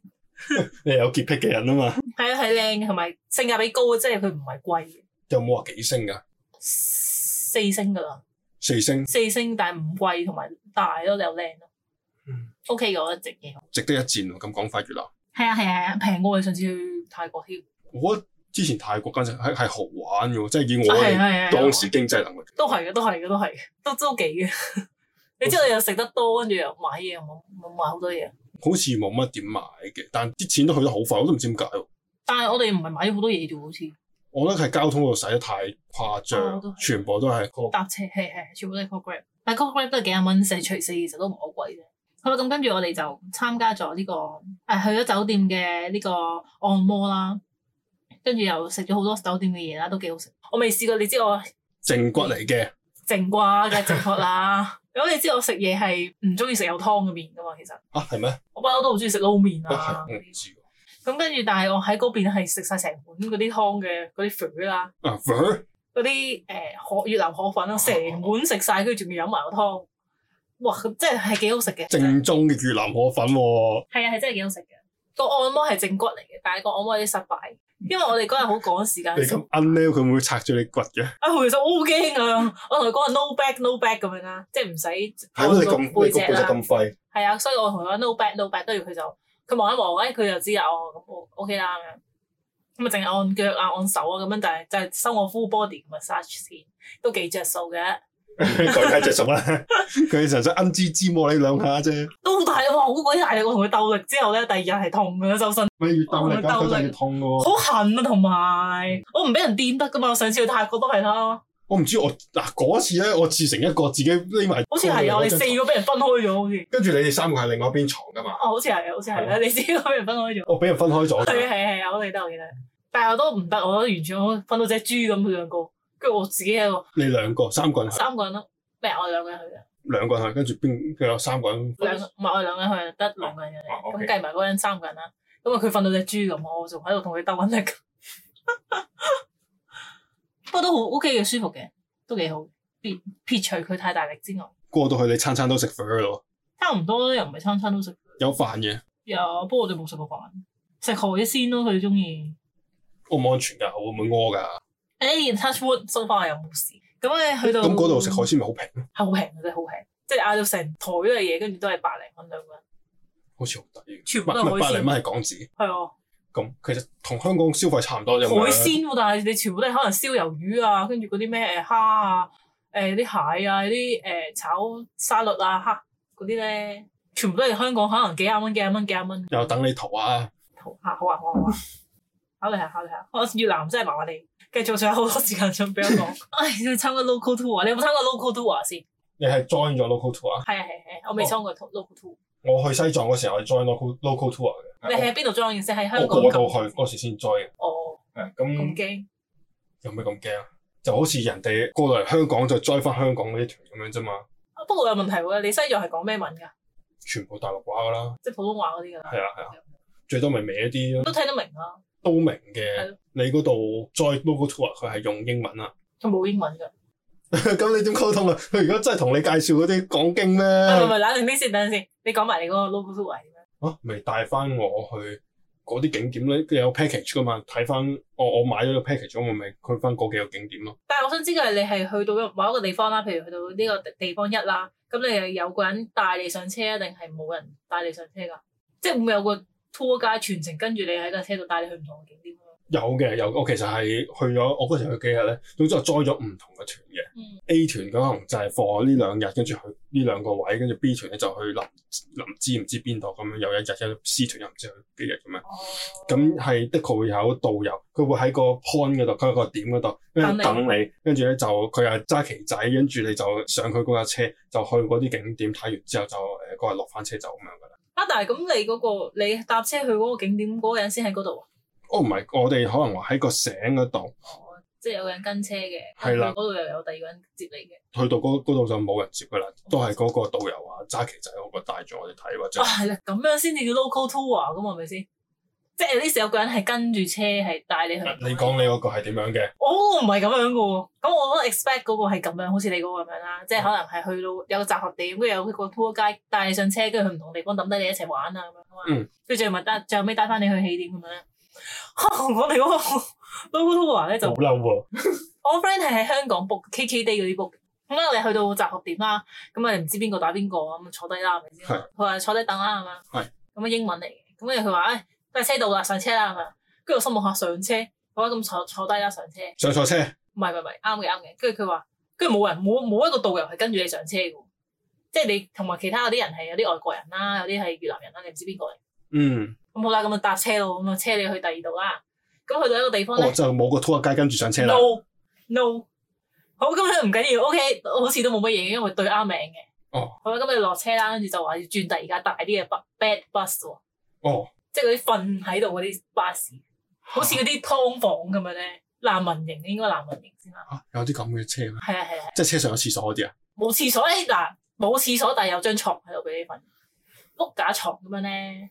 Speaker 2: 你係有潔癖嘅人啊嘛，
Speaker 1: 係啊係靚嘅，同埋性價比高，即係佢唔係貴嘅，
Speaker 2: 有冇話幾星㗎？
Speaker 1: 四星㗎啦。
Speaker 2: 四星
Speaker 1: 四星，但係唔貴同埋大咯，又靚咯
Speaker 2: 嗯。
Speaker 1: O K 嘅，我覺得值嘅。
Speaker 2: 值得一戰喎。咁講法越南，
Speaker 1: 係啊係啊係啊，平過我哋上次去泰國添。
Speaker 2: 我覺得之前泰國簡直係係好玩嘅喎，即係以我
Speaker 1: 啊係
Speaker 2: 哋
Speaker 1: 啊係啊，
Speaker 2: 當時經濟能力，
Speaker 1: 都係嘅，都係嘅，都係嘅，都都幾嘅。你知道你又食得多，跟住又買嘢，又冇冇買好多嘢。
Speaker 2: 好似冇乜點買嘅，但啲錢都去得好快，我都唔知點解喎。
Speaker 1: 但係我哋唔係買咗好多嘢啫喎，好似
Speaker 2: 我覺得係交通嗰度使得太誇
Speaker 1: 啊我都
Speaker 2: 張，
Speaker 1: 係
Speaker 2: 全部都係個
Speaker 1: 搭車係係全部都係 call grab，但係 call grab 都係幾廿蚊，四除四其實都唔係好貴啫。好啦，咁跟住我哋就參加咗呢、個誒、去咗酒店嘅呢個按摩啦，跟住又食咗好多酒店嘅嘢啦，都幾好食。我未試過，你知我
Speaker 2: 正骨嚟嘅。
Speaker 1: 正瓜梗係正確啦。咁你知我食嘢係唔中意食有湯嘅麵噶嘛？其實
Speaker 2: 啊，係咩？
Speaker 1: 我不嬲都好中意食撈麵
Speaker 2: 啊
Speaker 1: 啊。
Speaker 2: 係我唔知喎。
Speaker 1: 咁跟住，但係我喺嗰邊係食晒成碗嗰啲湯嘅嗰啲粉啦，
Speaker 2: 啊，ver
Speaker 1: 嗰啲誒河越南河粉
Speaker 2: 哦
Speaker 1: 啦，成碗食晒，跟住仲要飲埋個湯。哇！咁真係係幾好食嘅，係
Speaker 2: 正宗嘅越南河粉喎，
Speaker 1: 啊，係真係幾好食嘅。個按摩係正骨嚟嘅，但係個按摩有啲失敗，因為我哋嗰日好趕時間
Speaker 2: 你
Speaker 1: 食
Speaker 2: 咁奀咧，佢會唔會拆咗你骨嘅？
Speaker 1: 啊，其實我好驚啊！我同佢講話 no back no back 咁樣啦，即係唔使
Speaker 2: 係咯，你咁
Speaker 1: 按
Speaker 2: 你
Speaker 1: 個
Speaker 2: 個背
Speaker 1: 背
Speaker 2: 脊
Speaker 1: 脊啦。
Speaker 2: 咁廢，
Speaker 1: 係啊，所以我同佢講 no back no back，跟住佢就佢望一望，誒佢就知啦，哦咁我 OK 啦咁樣，咁啊淨係按腳啊按手啊咁樣，但係就係收我 full body massage 先，都幾着數嘅，
Speaker 2: 佢梗係隻手啦， 佢純粹奀支支摸你兩下啫，
Speaker 1: 都好大力喎，好鬼大力！我同佢鬥力之後咧，第二日係痛嘅周身，
Speaker 2: 咪越鬥力㗎，佢
Speaker 1: 我鬥力
Speaker 2: 就越痛嘅喎。
Speaker 1: 好痕啊，同埋我唔俾人掂得噶嘛，我上次去泰國都係啦，
Speaker 2: 我唔知我嗱嗰次咧，我自成一個自己匿埋，
Speaker 1: 好似係啊，我哋四個俾人分開咗，好似
Speaker 2: 跟住你哋三個係另外一邊床㗎嘛，
Speaker 1: 哦，好似係啊，好似係啊，你四個俾人分開咗，
Speaker 2: 我俾人分開咗
Speaker 1: 係
Speaker 2: 㗎。
Speaker 1: 啊係啊係啊，我記得我記得，但係我都唔得，我都完全我瞓到只豬咁佢兩個，跟住我自己喺度。
Speaker 2: 你兩個三個人 去，
Speaker 1: 三個人咯，咩？我哋兩個人去嘅，
Speaker 2: 兩個人去，跟住邊佢有三個人
Speaker 1: 兩個唔係我哋兩個人去，得兩個人嘅
Speaker 2: 啊
Speaker 1: 啫。
Speaker 2: ，OK
Speaker 1: 咁計埋嗰個人三個人啦。咁啊，佢瞓到隻豬咁，我仲喺度同佢鬥緊力。 不過都好 OK 嘅，舒服嘅，都幾好。撇撇除佢太大力之外，
Speaker 2: 過到去，你餐餐都食 fur 咯，
Speaker 1: 差唔多又唔係餐餐都食。
Speaker 2: 有飯嘅，
Speaker 1: 有，不過我哋冇食過飯，食海鮮咯，佢哋中意。
Speaker 2: 安唔安全㗎？會唔會屙㗎？
Speaker 1: 誒，touch wood，so far 又冇事。咁誒去到
Speaker 2: 咁嗰度食海鮮咪好平，
Speaker 1: 係好平嘅，真係好平，即係嗌到成台都係嘢，跟住都係百零蚊兩個人。
Speaker 2: 好似好抵。
Speaker 1: 全
Speaker 2: 唔
Speaker 1: 部都係
Speaker 2: 係
Speaker 1: 海鮮
Speaker 2: 百零蚊係港紙，
Speaker 1: 係啊。
Speaker 2: 咁其實同香港消費差唔多啫嘛。
Speaker 1: 海鮮喎，但係你全部都係可能燒魷魚啊，跟住嗰啲咩誒蝦啊，誒啲蟹啊，啲誒炒沙律啊，蝦嗰啲咧，全部都係香港可能幾廿蚊、幾廿蚊、幾廿蚊。
Speaker 2: 又等你圖啊！
Speaker 1: 好啊，好啊，好啊，好啊考慮下，考慮下。我越南真係麻麻地，繼續仲有好多時間想俾我講。 唉，你參加 local tour，你有冇參加 local tour 啊先？
Speaker 2: 你係 join 咗 local tour 啊？
Speaker 1: 係啊係啊係啊，我未參加過 local tour。
Speaker 2: 我去西藏嗰時候係 join local local tour 嘅。
Speaker 1: 你係喺邊度 join 嘅先？喺香
Speaker 2: 我
Speaker 1: 港
Speaker 2: 過到
Speaker 1: 咁
Speaker 2: 去嗰時先 join 嘅。
Speaker 1: 哦，咁
Speaker 2: 係咁
Speaker 1: 驚。
Speaker 2: 有咩咁驚啊？就好似人哋過嚟香港就 join 翻香港嗰啲團咁樣啫嘛。
Speaker 1: 不過我有問題喎，你西藏係講咩文㗎？
Speaker 2: 全部大陸話噶啦，
Speaker 1: 即係普通話嗰啲㗎啦，
Speaker 2: 係啊係啊，最多咪歪啲咯，
Speaker 1: 都聽得明啊啦，
Speaker 2: 都明
Speaker 1: 係
Speaker 2: 嘅。你嗰度再 local tour 佢係用英文啊，
Speaker 1: 佢冇英文㗎。
Speaker 2: 咁你點溝通啊？佢而家真係同你介紹嗰啲講經咩？
Speaker 1: 唔係唔係，冷靜啲先，等陣先。你講埋你嗰個 logo 都係點樣？
Speaker 2: 啊，咪帶翻我去嗰啲景點咧，佢有 package 噶嘛？睇翻我我買咗個 package，我咪去翻嗰幾個景點咯。
Speaker 1: 但係我想知嘅係你係去到某一個地方啦，譬如去到呢個地地方一啦，咁你係有個人帶你上車，定係冇人帶你上車㗎？即係會唔會有個 tour guide 全程跟住你喺架車度帶你去唔同嘅景點咯？
Speaker 2: 有嘅有，我其實係去咗，我嗰時去幾日咧，總之我 join 咗唔同嘅團嘅。
Speaker 1: 嗯
Speaker 2: A 團嗰可能就係放呢兩日，跟住去呢兩個位，跟住 B 團咧就去林林知唔知邊度咁樣，有一日有 C 團又唔知去幾日咁樣。
Speaker 1: 哦，
Speaker 2: 咁係的確會有導遊，佢會喺個 point 嗰度，佢喺個點嗰度，跟住
Speaker 1: 等
Speaker 2: 等你，跟住咧就佢又揸旗仔，跟住你就上佢嗰架車，就去嗰啲景點睇完之後就誒呃嗰日落翻車就咁樣噶啦。
Speaker 1: 啊，但係咁你嗰、個你搭車去嗰個景點嗰個人先喺嗰度啊？
Speaker 2: 哦，唔係，我哋可能話喺個醒嗰度，
Speaker 1: 哦，即係有個人跟車嘅，
Speaker 2: 係啦
Speaker 1: 嗰度又有第二個人接你嘅。
Speaker 2: 去到嗰嗰度就冇人接噶啦，都係嗰個導遊啊揸旗仔嗰個帶住我哋睇或者
Speaker 1: 啊，。係啦，咁樣先至叫 local tour 啊咁係咪先？即係 at least 有個人係跟住車係帶你去。
Speaker 2: 你講你嗰個係點樣嘅？
Speaker 1: 哦，唔係咁樣嘅喎，咁我都 expect 嗰個係咁樣，好似你嗰個咁樣啦，即係可能係去到有個集合點，跟住有個 tour guide 帶你上車，跟住去唔同地方抌低你一齊玩啊咁樣啊嘛
Speaker 2: 嗯，
Speaker 1: 跟住最後咪帶最後尾帶翻你去起點咁樣 咧。我哋嗰個 local tour 咧就
Speaker 2: 好嬲喎！
Speaker 1: 我 friend 係喺香港 book KK day 嗰啲 book，咁啊你去到集合點啦，咁啊你唔知邊個打邊個咁坐低啦，係咪先？
Speaker 2: 係
Speaker 1: 佢話坐低等啦，咁樣
Speaker 2: 係，
Speaker 1: 咁啊英文嚟嘅，咁跟住佢話誒，架車到啦，上車啦，咁樣，跟住我心諗下上車，好啦，啊咁坐坐低啦，上車，
Speaker 2: 上錯車，
Speaker 1: 唔係唔係唔係，啱嘅啱嘅，跟住佢話，跟住冇人冇冇一個導遊係跟住你上車嘅喎，即係你同埋其他有啲人係有啲外國人啦，有啲係越南人啦，你唔知邊個嚟，
Speaker 2: 嗯，
Speaker 1: 咁好啦，咁啊搭車咯，咁啊車你去第二度啦，咁去到一個地方咧
Speaker 2: 我。哦就冇個拖街跟住上車啦。
Speaker 1: No no，好咁樣唔緊要，OK，好似都冇乜嘢，因為對啱名嘅。
Speaker 2: 哦
Speaker 1: 好啦，咁你落車啦，跟住就話要轉第二架大啲嘅 bu- bad bus 喎，
Speaker 2: 哦，啊
Speaker 1: 即係嗰啲瞓喺度嗰啲巴士，好似嗰啲劏房咁樣
Speaker 2: 哦
Speaker 1: 咧，難民營應該難民營先啦。
Speaker 2: 啊有啲咁嘅車咩？
Speaker 1: 係啊係啊，係啊
Speaker 2: 即係車上有廁所嗰啲啊？
Speaker 1: 冇廁所咧嗱，冇廁所但係有張床喺度俾你瞓，碌架床咁樣咧，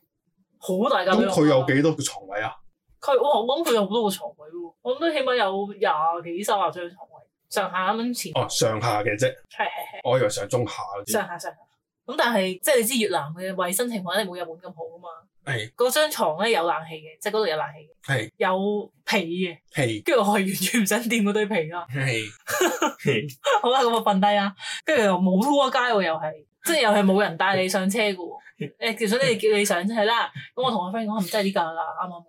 Speaker 1: 好大架俾
Speaker 2: 咁
Speaker 1: 我瞓。
Speaker 2: 佢有幾多個床位啊？
Speaker 1: 佢哇，我諗佢有好多個床位喎，我諗都起碼有廿幾三十張床位，上下咁樣前後，
Speaker 2: 哦，上下嘅啫，
Speaker 1: 係係係。
Speaker 2: 我以為上中下嗰啲。
Speaker 1: 上下上下。咁但係即係你知越南嘅衞生情況一定冇日本咁好啊嘛。
Speaker 2: 係
Speaker 1: 嗰張床咧有冷氣嘅，即係嗰度有冷氣嘅，
Speaker 2: 係
Speaker 1: 有被嘅。
Speaker 2: 係
Speaker 1: 跟住我係完全唔想掂嗰堆被啦。
Speaker 2: 係，
Speaker 1: 好啦，咁我瞓低啦。跟住又冇拖街喎，又係，即係又係冇人帶你上車嘅喎。誒，其實你叫你上車啦。咁我同我 friend 講，唔真係呢架啦，啱啱㗎。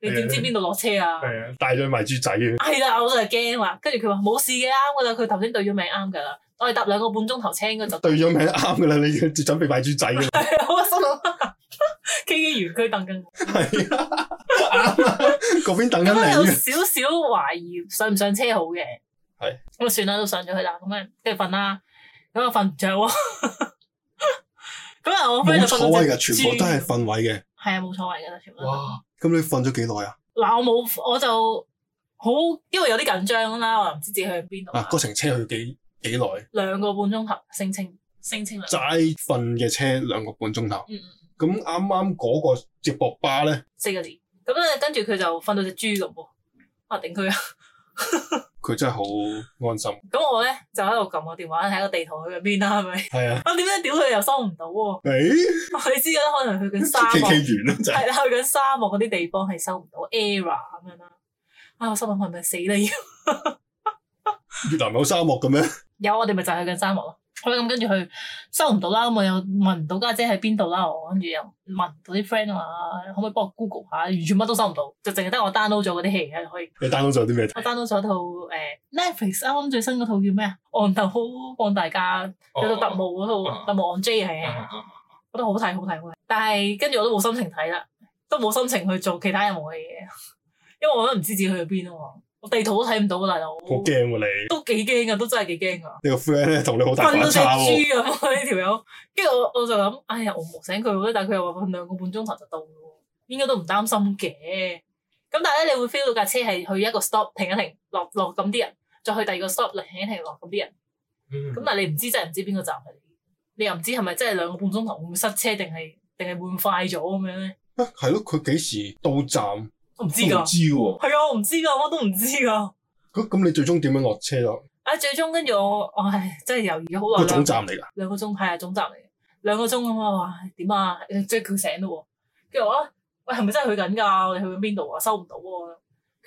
Speaker 1: 你點知邊度落車啊？
Speaker 2: 係啊，帶咗埋豬仔嘅，
Speaker 1: 係啦，我就係驚啦。跟住佢話冇事嘅，啱㗎啦。佢頭先對咗名啱㗎啦。我哋搭兩個半鐘頭車應該就
Speaker 2: 對咗名啱噶啦，你要準備買豬仔嘅，
Speaker 1: 我心諗 K K 園區等緊我，
Speaker 2: 係啊，啱啊，嗰邊等緊
Speaker 1: 咁我有
Speaker 2: 你
Speaker 1: 少
Speaker 2: 嘅，
Speaker 1: 少懷疑上唔上車好嘅。
Speaker 2: 係
Speaker 1: 咁啊算啦，都上咗去啦，咁啊跟住瞓啦，咁啊瞓唔着喎。 咁啊，我 friend 就瞓
Speaker 2: 冇坐
Speaker 1: 到
Speaker 2: 位
Speaker 1: 隻
Speaker 2: 嘅，全部都係
Speaker 1: 豬
Speaker 2: 瞓位嘅。
Speaker 1: 係啊，冇坐位㗎啦，全部都。
Speaker 2: 哇！咁你瞓咗幾耐啊？
Speaker 1: 嗱，我冇，我就好，因為有啲緊張啦，我又唔知自己去邊度
Speaker 2: 啊，
Speaker 1: 啦。
Speaker 2: 嗰程車去幾幾耐？
Speaker 1: 兩個半鐘頭，聲稱聲稱兩個，
Speaker 2: 齋瞓嘅車兩個半鐘頭。
Speaker 1: 嗯嗯，
Speaker 2: 咁啱啱嗰個接駁巴咧，
Speaker 1: 四個字。咁咧，跟住佢就瞓到只豬咁喎，啊頂佢啊！
Speaker 2: 佢真係好安心。
Speaker 1: 咁我咧就喺度撳個電話睇個地圖去邊啦，係咪？
Speaker 2: 係啊，
Speaker 1: 我點解屌佢又收唔到喎？
Speaker 2: 誒，
Speaker 1: 你知啦，可能去緊沙
Speaker 2: 奇
Speaker 1: 漠，
Speaker 2: 奇完啦就係。
Speaker 1: 係啦，去緊沙漠嗰啲地方係收唔到 error 咁樣啦。啊，我心諗係咪死啦要？
Speaker 2: 越南有沙漠嘅咩？
Speaker 1: 有我哋咪就係去緊沙漠咯。好啦，咁跟住佢收唔到啦，咁我又問唔到家姐喺邊度啦，我跟住又問唔到啲 friend 話可唔可以幫我 Google 下，完全乜都收唔到，就淨係得我 download 咗嗰啲戲係可以。
Speaker 2: 你 download 咗啲咩？
Speaker 1: 我 download 咗套誒 Netflix 啱啱最新嗰套叫咩啊？岸頭幫大家有套特務嗰
Speaker 2: 哦
Speaker 1: 套特務岸 J 係啊。覺得好睇好睇好睇，但係跟住我都冇心情睇啦，都冇心情去做其他任何嘅嘢，因為我都唔知自己去咗邊啊嘛，我地圖都睇唔到啊，大佬，
Speaker 2: 好驚喎
Speaker 1: 都幾驚噶，都真係幾驚噶，
Speaker 2: 你！你個 friend 咧同你好大
Speaker 1: 瞓
Speaker 2: 反
Speaker 1: 到隻
Speaker 2: 差喎，
Speaker 1: 豬咁啊呢條友，跟住我我就諗，哎呀，我冇醒佢好咧，但係佢又話瞓兩個半鐘頭就到咯，應該都唔擔心嘅。咁但係咧，你會 feel 到架車係去一個 stop 停一停，落落咁啲人，再去第二個 stop 停一停，落咁啲人，
Speaker 2: 嗯
Speaker 1: 咁啊但係你唔知真係唔知邊個站係你，你又唔知係咪真係兩個半鐘頭會塞車定係定係換快咗咁樣咧？
Speaker 2: 啊係咯，佢幾時到站
Speaker 1: 我唔知
Speaker 2: 都唔
Speaker 1: 㗎，
Speaker 2: 知喎。
Speaker 1: 係啊，我唔知㗎，我都唔知㗎。
Speaker 2: 咁咁你最終點樣落車咯？
Speaker 1: 啊，最終跟住我，我唉，真係猶豫咗好啊
Speaker 2: 個
Speaker 1: 耐啦
Speaker 2: 總。站嚟㗎，
Speaker 1: 兩個鐘係啊，總站嚟嘅，兩個鐘咁啊，我話唉點啊， 即係佢醒咯喎，跟住我話啊喂係咪真係去緊㗎？我哋去緊邊度啊？收唔到喎。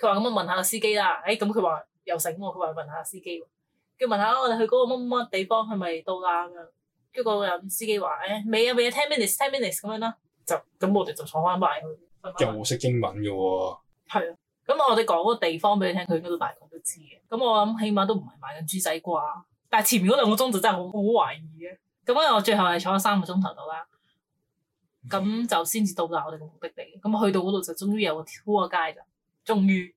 Speaker 1: 佢話咁啊我問下個司機啦，誒咁佢話又醒喎，佢話問下司機喎，跟住問下啊我哋去嗰個乜乜乜地方係咪到啦咁樣，跟住嗰個人司機話誒未啊未啊，ten minutes ten minutes 咁樣啦，就咁我哋就坐翻埋去，瞓返埋
Speaker 2: 又識英文嘅喎。
Speaker 1: 係啊，咁我哋講個地方俾你聽，佢應該都大概都知嘅。咁我諗起碼都唔係賣緊豬仔啩，但係前面嗰兩個鐘就真係好好懷疑嘅。咁因為我最後係坐咗三個鐘頭到啦，咁就先至到達我哋嘅目的地。咁去到嗰度就終於有個拖街咋，終於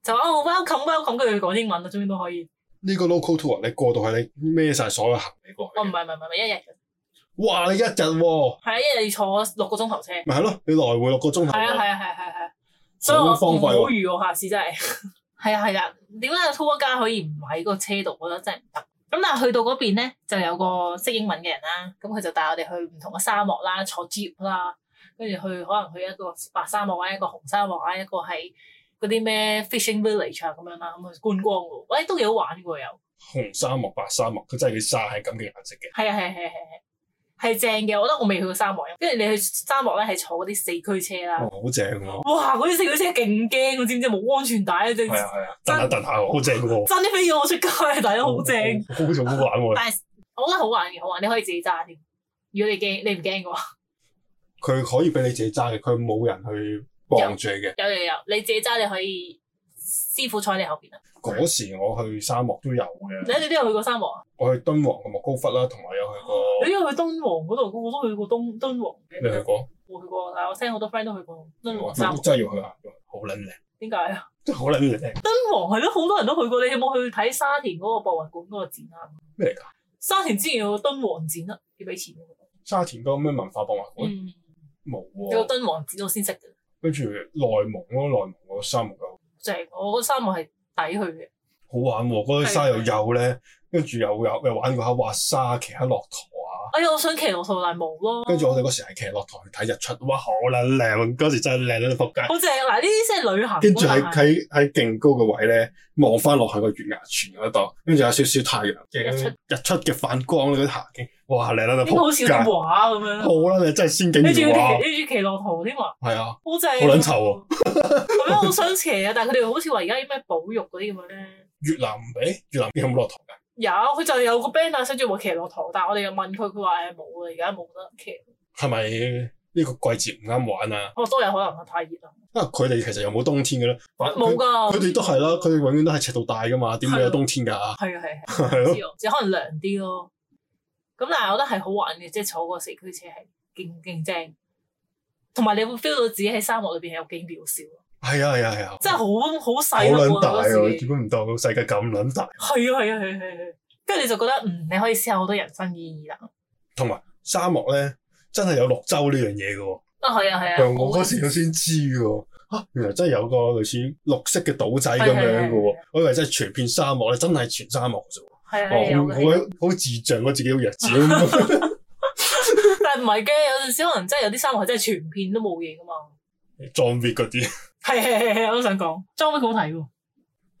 Speaker 1: 就話哦 welcome welcome，跟住佢講英文啦，終於都可以。
Speaker 2: 呢個 local tour 你過到係你孭晒所有行李過去
Speaker 1: 哦唔
Speaker 2: 嘅，
Speaker 1: 係唔係唔係一日嘅，
Speaker 2: 哇！你一日喎，
Speaker 1: 係啊一日要坐六個鐘頭車，係
Speaker 2: 咪係咯，你來回六個鐘頭
Speaker 1: 啊係
Speaker 2: 喎，
Speaker 1: 啊係啊係啊係啊，所以我
Speaker 2: 好荒廢喎
Speaker 1: 唔好預我下次真係。係啊係啊，點解個 tour 家可以唔喺個車度？我覺得真係唔得。咁但係去到嗰邊咧，就有個識英文嘅人啦，咁佢就帶我哋去唔同嘅沙漠啦，坐 jeep 啦，跟住去可能去一個白沙漠啊，一個紅沙漠啊，一個係嗰啲咩 fishing village 啊咁樣啦，咁去觀光喎，喂都幾好玩嘅喎又。
Speaker 2: 紅沙漠、白沙漠，佢真係啲沙係咁嘅顏色嘅。
Speaker 1: 係啊係啊係啊係啊係啊，係正嘅。我覺得我未去過沙漠，跟住你去沙漠咧係坐嗰啲四驅車啦。
Speaker 2: 哇，好正喎！
Speaker 1: 哇！嗰啲四驅車勁驚，我知唔知冇安全帶啊？真
Speaker 2: 係啊係啊，蹬下蹬下喎，好正喎，
Speaker 1: 真啲飛咗我出街，大家好正。
Speaker 2: 好好似好好玩喎。
Speaker 1: 但係我覺得好玩嘅，好玩，你可以自己揸添。如果你驚，你唔驚嘅話，
Speaker 2: 佢可以俾你自己揸嘅，佢冇人去傍住你嘅。
Speaker 1: 有有有，你自己揸你可以師傅坐喺你後邊啊。
Speaker 2: 嗰時我去沙漠都有
Speaker 1: 你
Speaker 2: 嘅，
Speaker 1: 你都有去過沙漠啊？
Speaker 2: 我去敦煌嘅莫高窟啦，同埋有去過，
Speaker 1: 你都有去敦煌嗰度，我都去過敦敦煌嘅。
Speaker 2: 你去過？嗯
Speaker 1: 我去過，但係我聽好多 friend 都去過敦
Speaker 2: 我
Speaker 1: 煌嗯沙漠。
Speaker 2: 真係要去下，好撚靚，
Speaker 1: 點解啊？
Speaker 2: 真係好撚靚。
Speaker 1: 敦煌係都好多人都去過，你有冇去睇沙田嗰個博物館嗰個展啊？
Speaker 2: 咩嚟㗎？
Speaker 1: 沙田之前有個敦煌展啊，要俾錢嘅。
Speaker 2: 沙田嗰個咩文化博物館
Speaker 1: 嗯，
Speaker 2: 冇
Speaker 1: 有個
Speaker 2: 喎，
Speaker 1: 敦煌展我先識嘅。
Speaker 2: 跟住內蒙咯，內蒙個沙漠有
Speaker 1: 正，我覺得沙漠係抵去嘅。
Speaker 2: 好玩喎，嗰啲
Speaker 1: 係啊
Speaker 2: 沙又
Speaker 1: 係
Speaker 2: 幼咧，跟住又有又玩過下滑沙、騎下駱駝啊，
Speaker 1: 哎呀，我想騎駱駝，但係冇咯。
Speaker 2: 跟住我哋嗰時係騎駱駝去睇日出，哇好撚靚，嗰時真係靚到仆街。
Speaker 1: 好正嗱，呢啲先係旅行。
Speaker 2: 跟住喺
Speaker 1: 嗰個係
Speaker 2: 喺喺勁高嘅位咧，望翻落去個月牙泉嗰度，跟住有少少太陽嘅
Speaker 1: 日出
Speaker 2: 日出嘅反光嗰啲行徑，哇靚到
Speaker 1: 應嗯該好
Speaker 2: 仆
Speaker 1: 似
Speaker 2: 街，
Speaker 1: 有啲畫咁樣。
Speaker 2: 好啦，你真係仙境
Speaker 1: 你仲
Speaker 2: 如
Speaker 1: 要
Speaker 2: 畫，
Speaker 1: 騎，你仲要騎駱駝添啊，
Speaker 2: 係啊，
Speaker 1: 好正。
Speaker 2: 好撚臭喎！
Speaker 1: 咁樣好想騎啊，但 係佢哋好似話而家啲咩保育嗰啲咁樣咧。
Speaker 2: 越南唔俾，越南邊有冇駱駝㗎？
Speaker 1: 有，佢就有個 banner 寫住話騎駱駝，但係我哋又問佢，佢話誒冇啊，而家冇得騎。
Speaker 2: 係咪呢個季節唔啱玩啊？
Speaker 1: 我都有可能係太熱啦，
Speaker 2: 啊，佢哋其實有冇冬天嘅咧？反
Speaker 1: 冇㗎。
Speaker 2: 佢哋都係啦，佢哋永遠都係赤道帶噶嘛，點會
Speaker 1: 係
Speaker 2: 有
Speaker 1: 啊
Speaker 2: 冬天㗎？
Speaker 1: 係啊係啊
Speaker 2: 係
Speaker 1: 係啊，
Speaker 2: 咯，
Speaker 1: 知我只可能涼啲咯。咁但係我覺得係好玩嘅，即係坐嗰個四驅車係勁勁正，同埋你會 feel 到自己喺沙漠裏邊係有幾渺小，
Speaker 2: 係啊係啊係啊，
Speaker 1: 真係好好
Speaker 2: 好
Speaker 1: 細
Speaker 2: 撚
Speaker 1: 咯
Speaker 2: 大啊！
Speaker 1: 覺得自己
Speaker 2: 點解唔到世界咁撚大？
Speaker 1: 係啊係啊係啊係啊，跟住你就覺得嗯，你可以思考好多人生意義啦。
Speaker 2: 同埋沙漠咧，真係有綠洲呢樣嘢嘅喎。
Speaker 1: 啊係啊係啊，
Speaker 2: 係我嗰時我先知嘅喎，啊原來真係有個類似綠色嘅島仔咁
Speaker 1: 係係
Speaker 2: 樣
Speaker 1: 係
Speaker 2: 嘅喎
Speaker 1: 係，
Speaker 2: 我以為真係全片沙漠咧，真係全沙漠嘅啫喎。
Speaker 1: 係啊係啊有
Speaker 2: 哦，好
Speaker 1: 嘅，
Speaker 2: 好好智障，我自己好弱智 啊 咁。
Speaker 1: 但係唔係嘅，有陣時可能真係有啲沙漠係真係全片都冇嘢噶嘛。
Speaker 2: 撞滅嗰啲，
Speaker 1: 係係係係，我都想講，裝乜好睇喎？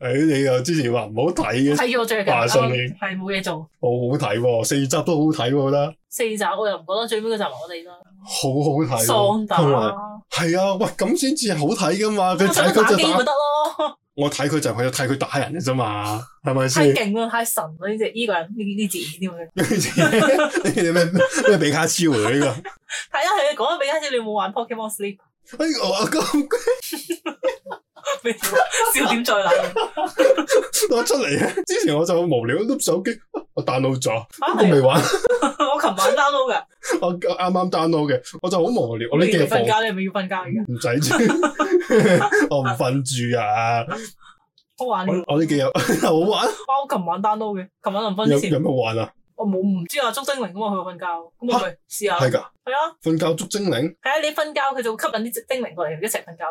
Speaker 2: 誒你又之前話唔好睇嘅，
Speaker 1: 睇咗最近，
Speaker 2: 話信你
Speaker 1: 係冇嘢做。
Speaker 2: 好好睇喎，四集都好睇喎，我覺得
Speaker 1: 四集我又唔覺得最尾嗰集係我哋啦，
Speaker 2: 好好睇
Speaker 1: 喪
Speaker 2: 喎，同埋。
Speaker 1: 打。
Speaker 2: 係啊，喂，咁先至好睇噶嘛！佢
Speaker 1: 我想
Speaker 2: 睇佢
Speaker 1: 打
Speaker 2: 就
Speaker 1: 機咪
Speaker 2: 打，
Speaker 1: 得咯，
Speaker 2: 我睇佢就係睇佢打人嘅啫嘛，係咪
Speaker 1: 太
Speaker 2: 先？
Speaker 1: 勁啦，太神啦！呢只呢個人呢呢字點樣？
Speaker 2: 呢啲咩咩比卡超嚟呢個？
Speaker 1: 大家係講緊俾家姐，你有冇玩 Pokemon Sleep？
Speaker 2: 哎，我咁
Speaker 1: 笑點再嚟
Speaker 2: 我出嚟啊！之前我就好無聊，碌手機，我 download 咗，
Speaker 1: 啊！
Speaker 2: 我未
Speaker 1: 係啊
Speaker 2: 玩，
Speaker 1: 我琴晚 download 嘅，
Speaker 2: 我啱啱 download 嘅，我就好無聊，我呢
Speaker 1: 你
Speaker 2: 幾
Speaker 1: 要
Speaker 2: 日
Speaker 1: 瞓
Speaker 2: 放嗯
Speaker 1: 覺，你係咪要瞓覺嘅？
Speaker 2: 唔 使住，我唔瞓住啊！
Speaker 1: 好玩嘅喎
Speaker 2: 我我呢幾日 好玩，
Speaker 1: 哇！我琴晚 download 嘅，琴晚臨瞓
Speaker 2: 有
Speaker 1: 之前
Speaker 2: 有，咩玩啊？
Speaker 1: 我冇唔知啊，捉精靈咁嘛，佢話瞓覺，咁我咪試下。
Speaker 2: 係
Speaker 1: 係
Speaker 2: 㗎，
Speaker 1: 啊，
Speaker 2: 瞓覺捉精靈，
Speaker 1: 係啊，你瞓覺佢就會吸引啲精靈過嚟一齊瞓覺。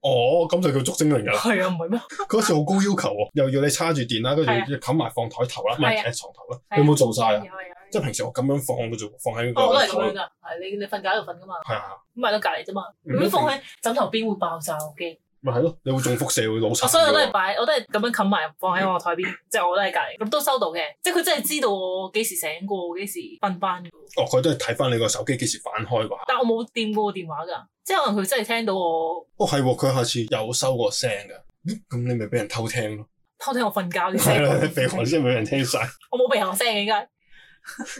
Speaker 2: 哦，咁就叫捉精靈㗎啦。
Speaker 1: 係啊，唔係咩？
Speaker 2: 嗰時好高要求喎，又要你叉住電啦，跟
Speaker 1: 係啊
Speaker 2: 住要冚埋放台頭啦，唔係
Speaker 1: 係啊
Speaker 2: 誒床頭啦。
Speaker 1: 係啊
Speaker 2: 你有冇做晒
Speaker 1: 有
Speaker 2: 啊？
Speaker 1: 有有。
Speaker 2: 即係平時我咁樣放嘅啫，放喺
Speaker 1: 哦，我都係
Speaker 2: 個
Speaker 1: 咁樣
Speaker 2: 台。
Speaker 1: 㗎，係你你瞓覺喺度瞓㗎嘛，
Speaker 2: 係啊，
Speaker 1: 咁咪到隔離啫嘛。
Speaker 2: 嗯
Speaker 1: 如果放喺枕頭邊會爆炸，我驚。
Speaker 2: 咪係咯，你會中輻射會腦
Speaker 1: 我
Speaker 2: 殘。
Speaker 1: 哦所以我都係擺，我都係咁樣冚埋放喺我台邊，即係我都喺隔離，咁都收到嘅。即係佢真係知道我幾時醒過，幾時瞓班㗎喎。
Speaker 2: 哦，佢都係睇翻你個手機幾時反開啩。
Speaker 1: 但我冇掂過個電話㗎，即係可能佢真係聽到我
Speaker 2: 哦，係喎，佢下次有收過聲㗎。咦咁你咪俾人偷 聽咯，
Speaker 1: 偷聽我瞓覺啲
Speaker 2: 係啦，你鼻
Speaker 1: 聲。
Speaker 2: 鼾先俾人聽晒，
Speaker 1: 我冇鼻鼾聲嘅，應該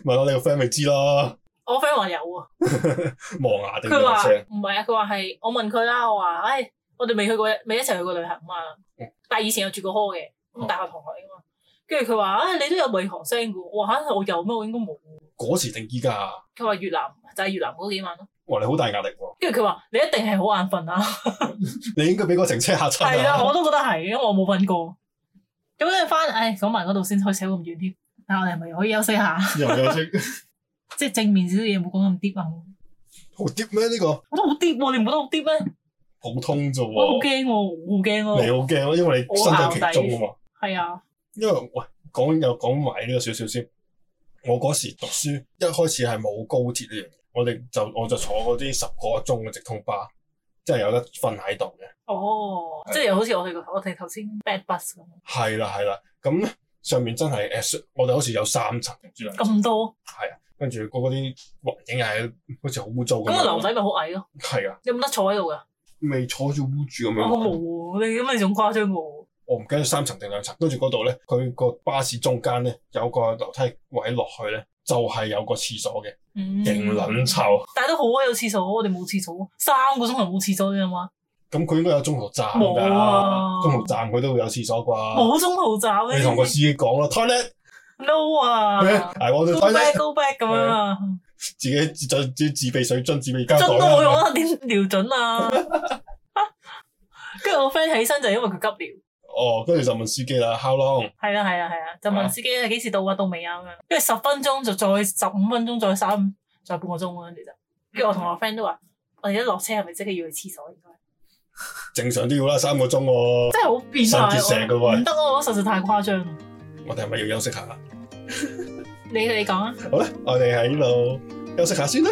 Speaker 2: 咪咯，你 個 friend 咪知啦，
Speaker 1: 我 friend 話有啊，
Speaker 2: 磨牙定
Speaker 1: 佢
Speaker 2: 咩
Speaker 1: 話
Speaker 2: 聲？
Speaker 1: 唔係啊，佢話係我問佢啦，我話唉，我哋未去過，未一齊去過旅行啊嘛
Speaker 2: 嗯，
Speaker 1: 但係以前有住過 hall 嘅，咁
Speaker 2: 嗯
Speaker 1: 大學同學嚟噶嘛，跟住佢話唉，你都有鼻鼾聲嘅喎，我話嚇我有咩？我應該冇。
Speaker 2: 嗰時定依家，啊
Speaker 1: 佢話越南就係越南嗰幾晚咯，
Speaker 2: 哇！你好大壓力喎，
Speaker 1: 跟住佢話你一定係好眼 瞓啊，
Speaker 2: 你應該俾個程車嚇
Speaker 1: 係
Speaker 2: 親
Speaker 1: 啦，
Speaker 2: 啊！
Speaker 1: 我都覺得係，因為我冇瞓過。咁跟住翻，唉，講埋嗰度先，可以扯咁遠添。但係我哋係咪可以休息下？
Speaker 2: 又有識
Speaker 1: 即係正面少少嘢，冇講咁 deep 啊！
Speaker 2: 好 deep 咩？呢個
Speaker 1: 我都好 deep 喎，你唔覺得好 deep 咩？
Speaker 2: 普通啫
Speaker 1: 我好
Speaker 2: 喎，
Speaker 1: 驚喎，我好驚
Speaker 2: 你
Speaker 1: 咯。
Speaker 2: 好驚咯，因為你身在其中啊嘛。
Speaker 1: 係啊，
Speaker 2: 因為喂，講又講埋呢個少少先。我嗰時讀書一開始係冇高鐵呢樣嘢，我哋就我就坐嗰啲十個鐘嘅直通巴，即係有得瞓喺度嘅。
Speaker 1: 哦，即係好似我哋個我哋頭先 bad bus 咁，
Speaker 2: 係啦係啦，咁咧上面真係誒，我哋好似有三層定唔知兩層，
Speaker 1: 咁多，
Speaker 2: 係啊。跟住嗰啲環境係好似好污糟咁
Speaker 1: 咁個樓
Speaker 2: 樣，
Speaker 1: 仔咪好矮咯。
Speaker 2: 係啊，
Speaker 1: 有冇得坐喺度㗎？
Speaker 2: 未坐住污住咁
Speaker 1: 我
Speaker 2: 樣。
Speaker 1: 冇喎，你咁你仲誇張過我。
Speaker 2: 我唔記得三層定兩層，跟住嗰度咧，佢個巴士中間咧有個樓梯位落去咧，就係、有個廁所嘅，
Speaker 1: 嗯
Speaker 2: 勁撚！臭。
Speaker 1: 但係都好啊，有廁所，我哋冇廁所，三個鐘頭冇廁所啫嘛，
Speaker 2: 咁佢應該有中途站
Speaker 1: 冇
Speaker 2: 㗎，
Speaker 1: 啊
Speaker 2: 中途站佢都會有廁所啩。
Speaker 1: 冇中途站咧
Speaker 2: 啊你同個司機講啦，toilet，
Speaker 1: ，no 啊
Speaker 2: 係我哋
Speaker 1: ，go
Speaker 2: toilet，
Speaker 1: back，go back 咁樣啊，
Speaker 2: 自己自就自自備水樽、自備膠
Speaker 1: 樽都
Speaker 2: 袋
Speaker 1: 冇用
Speaker 2: 啦。
Speaker 1: 啊，點瞄準啊？跟住我 friend 起身就係因為佢急尿。
Speaker 2: 哦，跟住就問司機啦，how long？
Speaker 1: 係啦係啦係啦，就問
Speaker 2: 啊
Speaker 1: 司機啊幾時到啊到未啊咁樣，跟住十分鐘就再十五分鐘再三再半個鐘啊跟住就，跟住我同我 friend 都話，我哋一落車係咪即刻要去廁所應該？
Speaker 2: 正常都要啦，三個鐘喎。
Speaker 1: 真係好變
Speaker 2: 腎結石
Speaker 1: 態
Speaker 2: 㗎
Speaker 1: 喎，
Speaker 2: 喂
Speaker 1: 唔得啊！我實在太誇張啦。
Speaker 2: 我哋係咪要休息下？
Speaker 1: 你你講啊，
Speaker 2: 好啦，我哋喺呢度休息下先啦。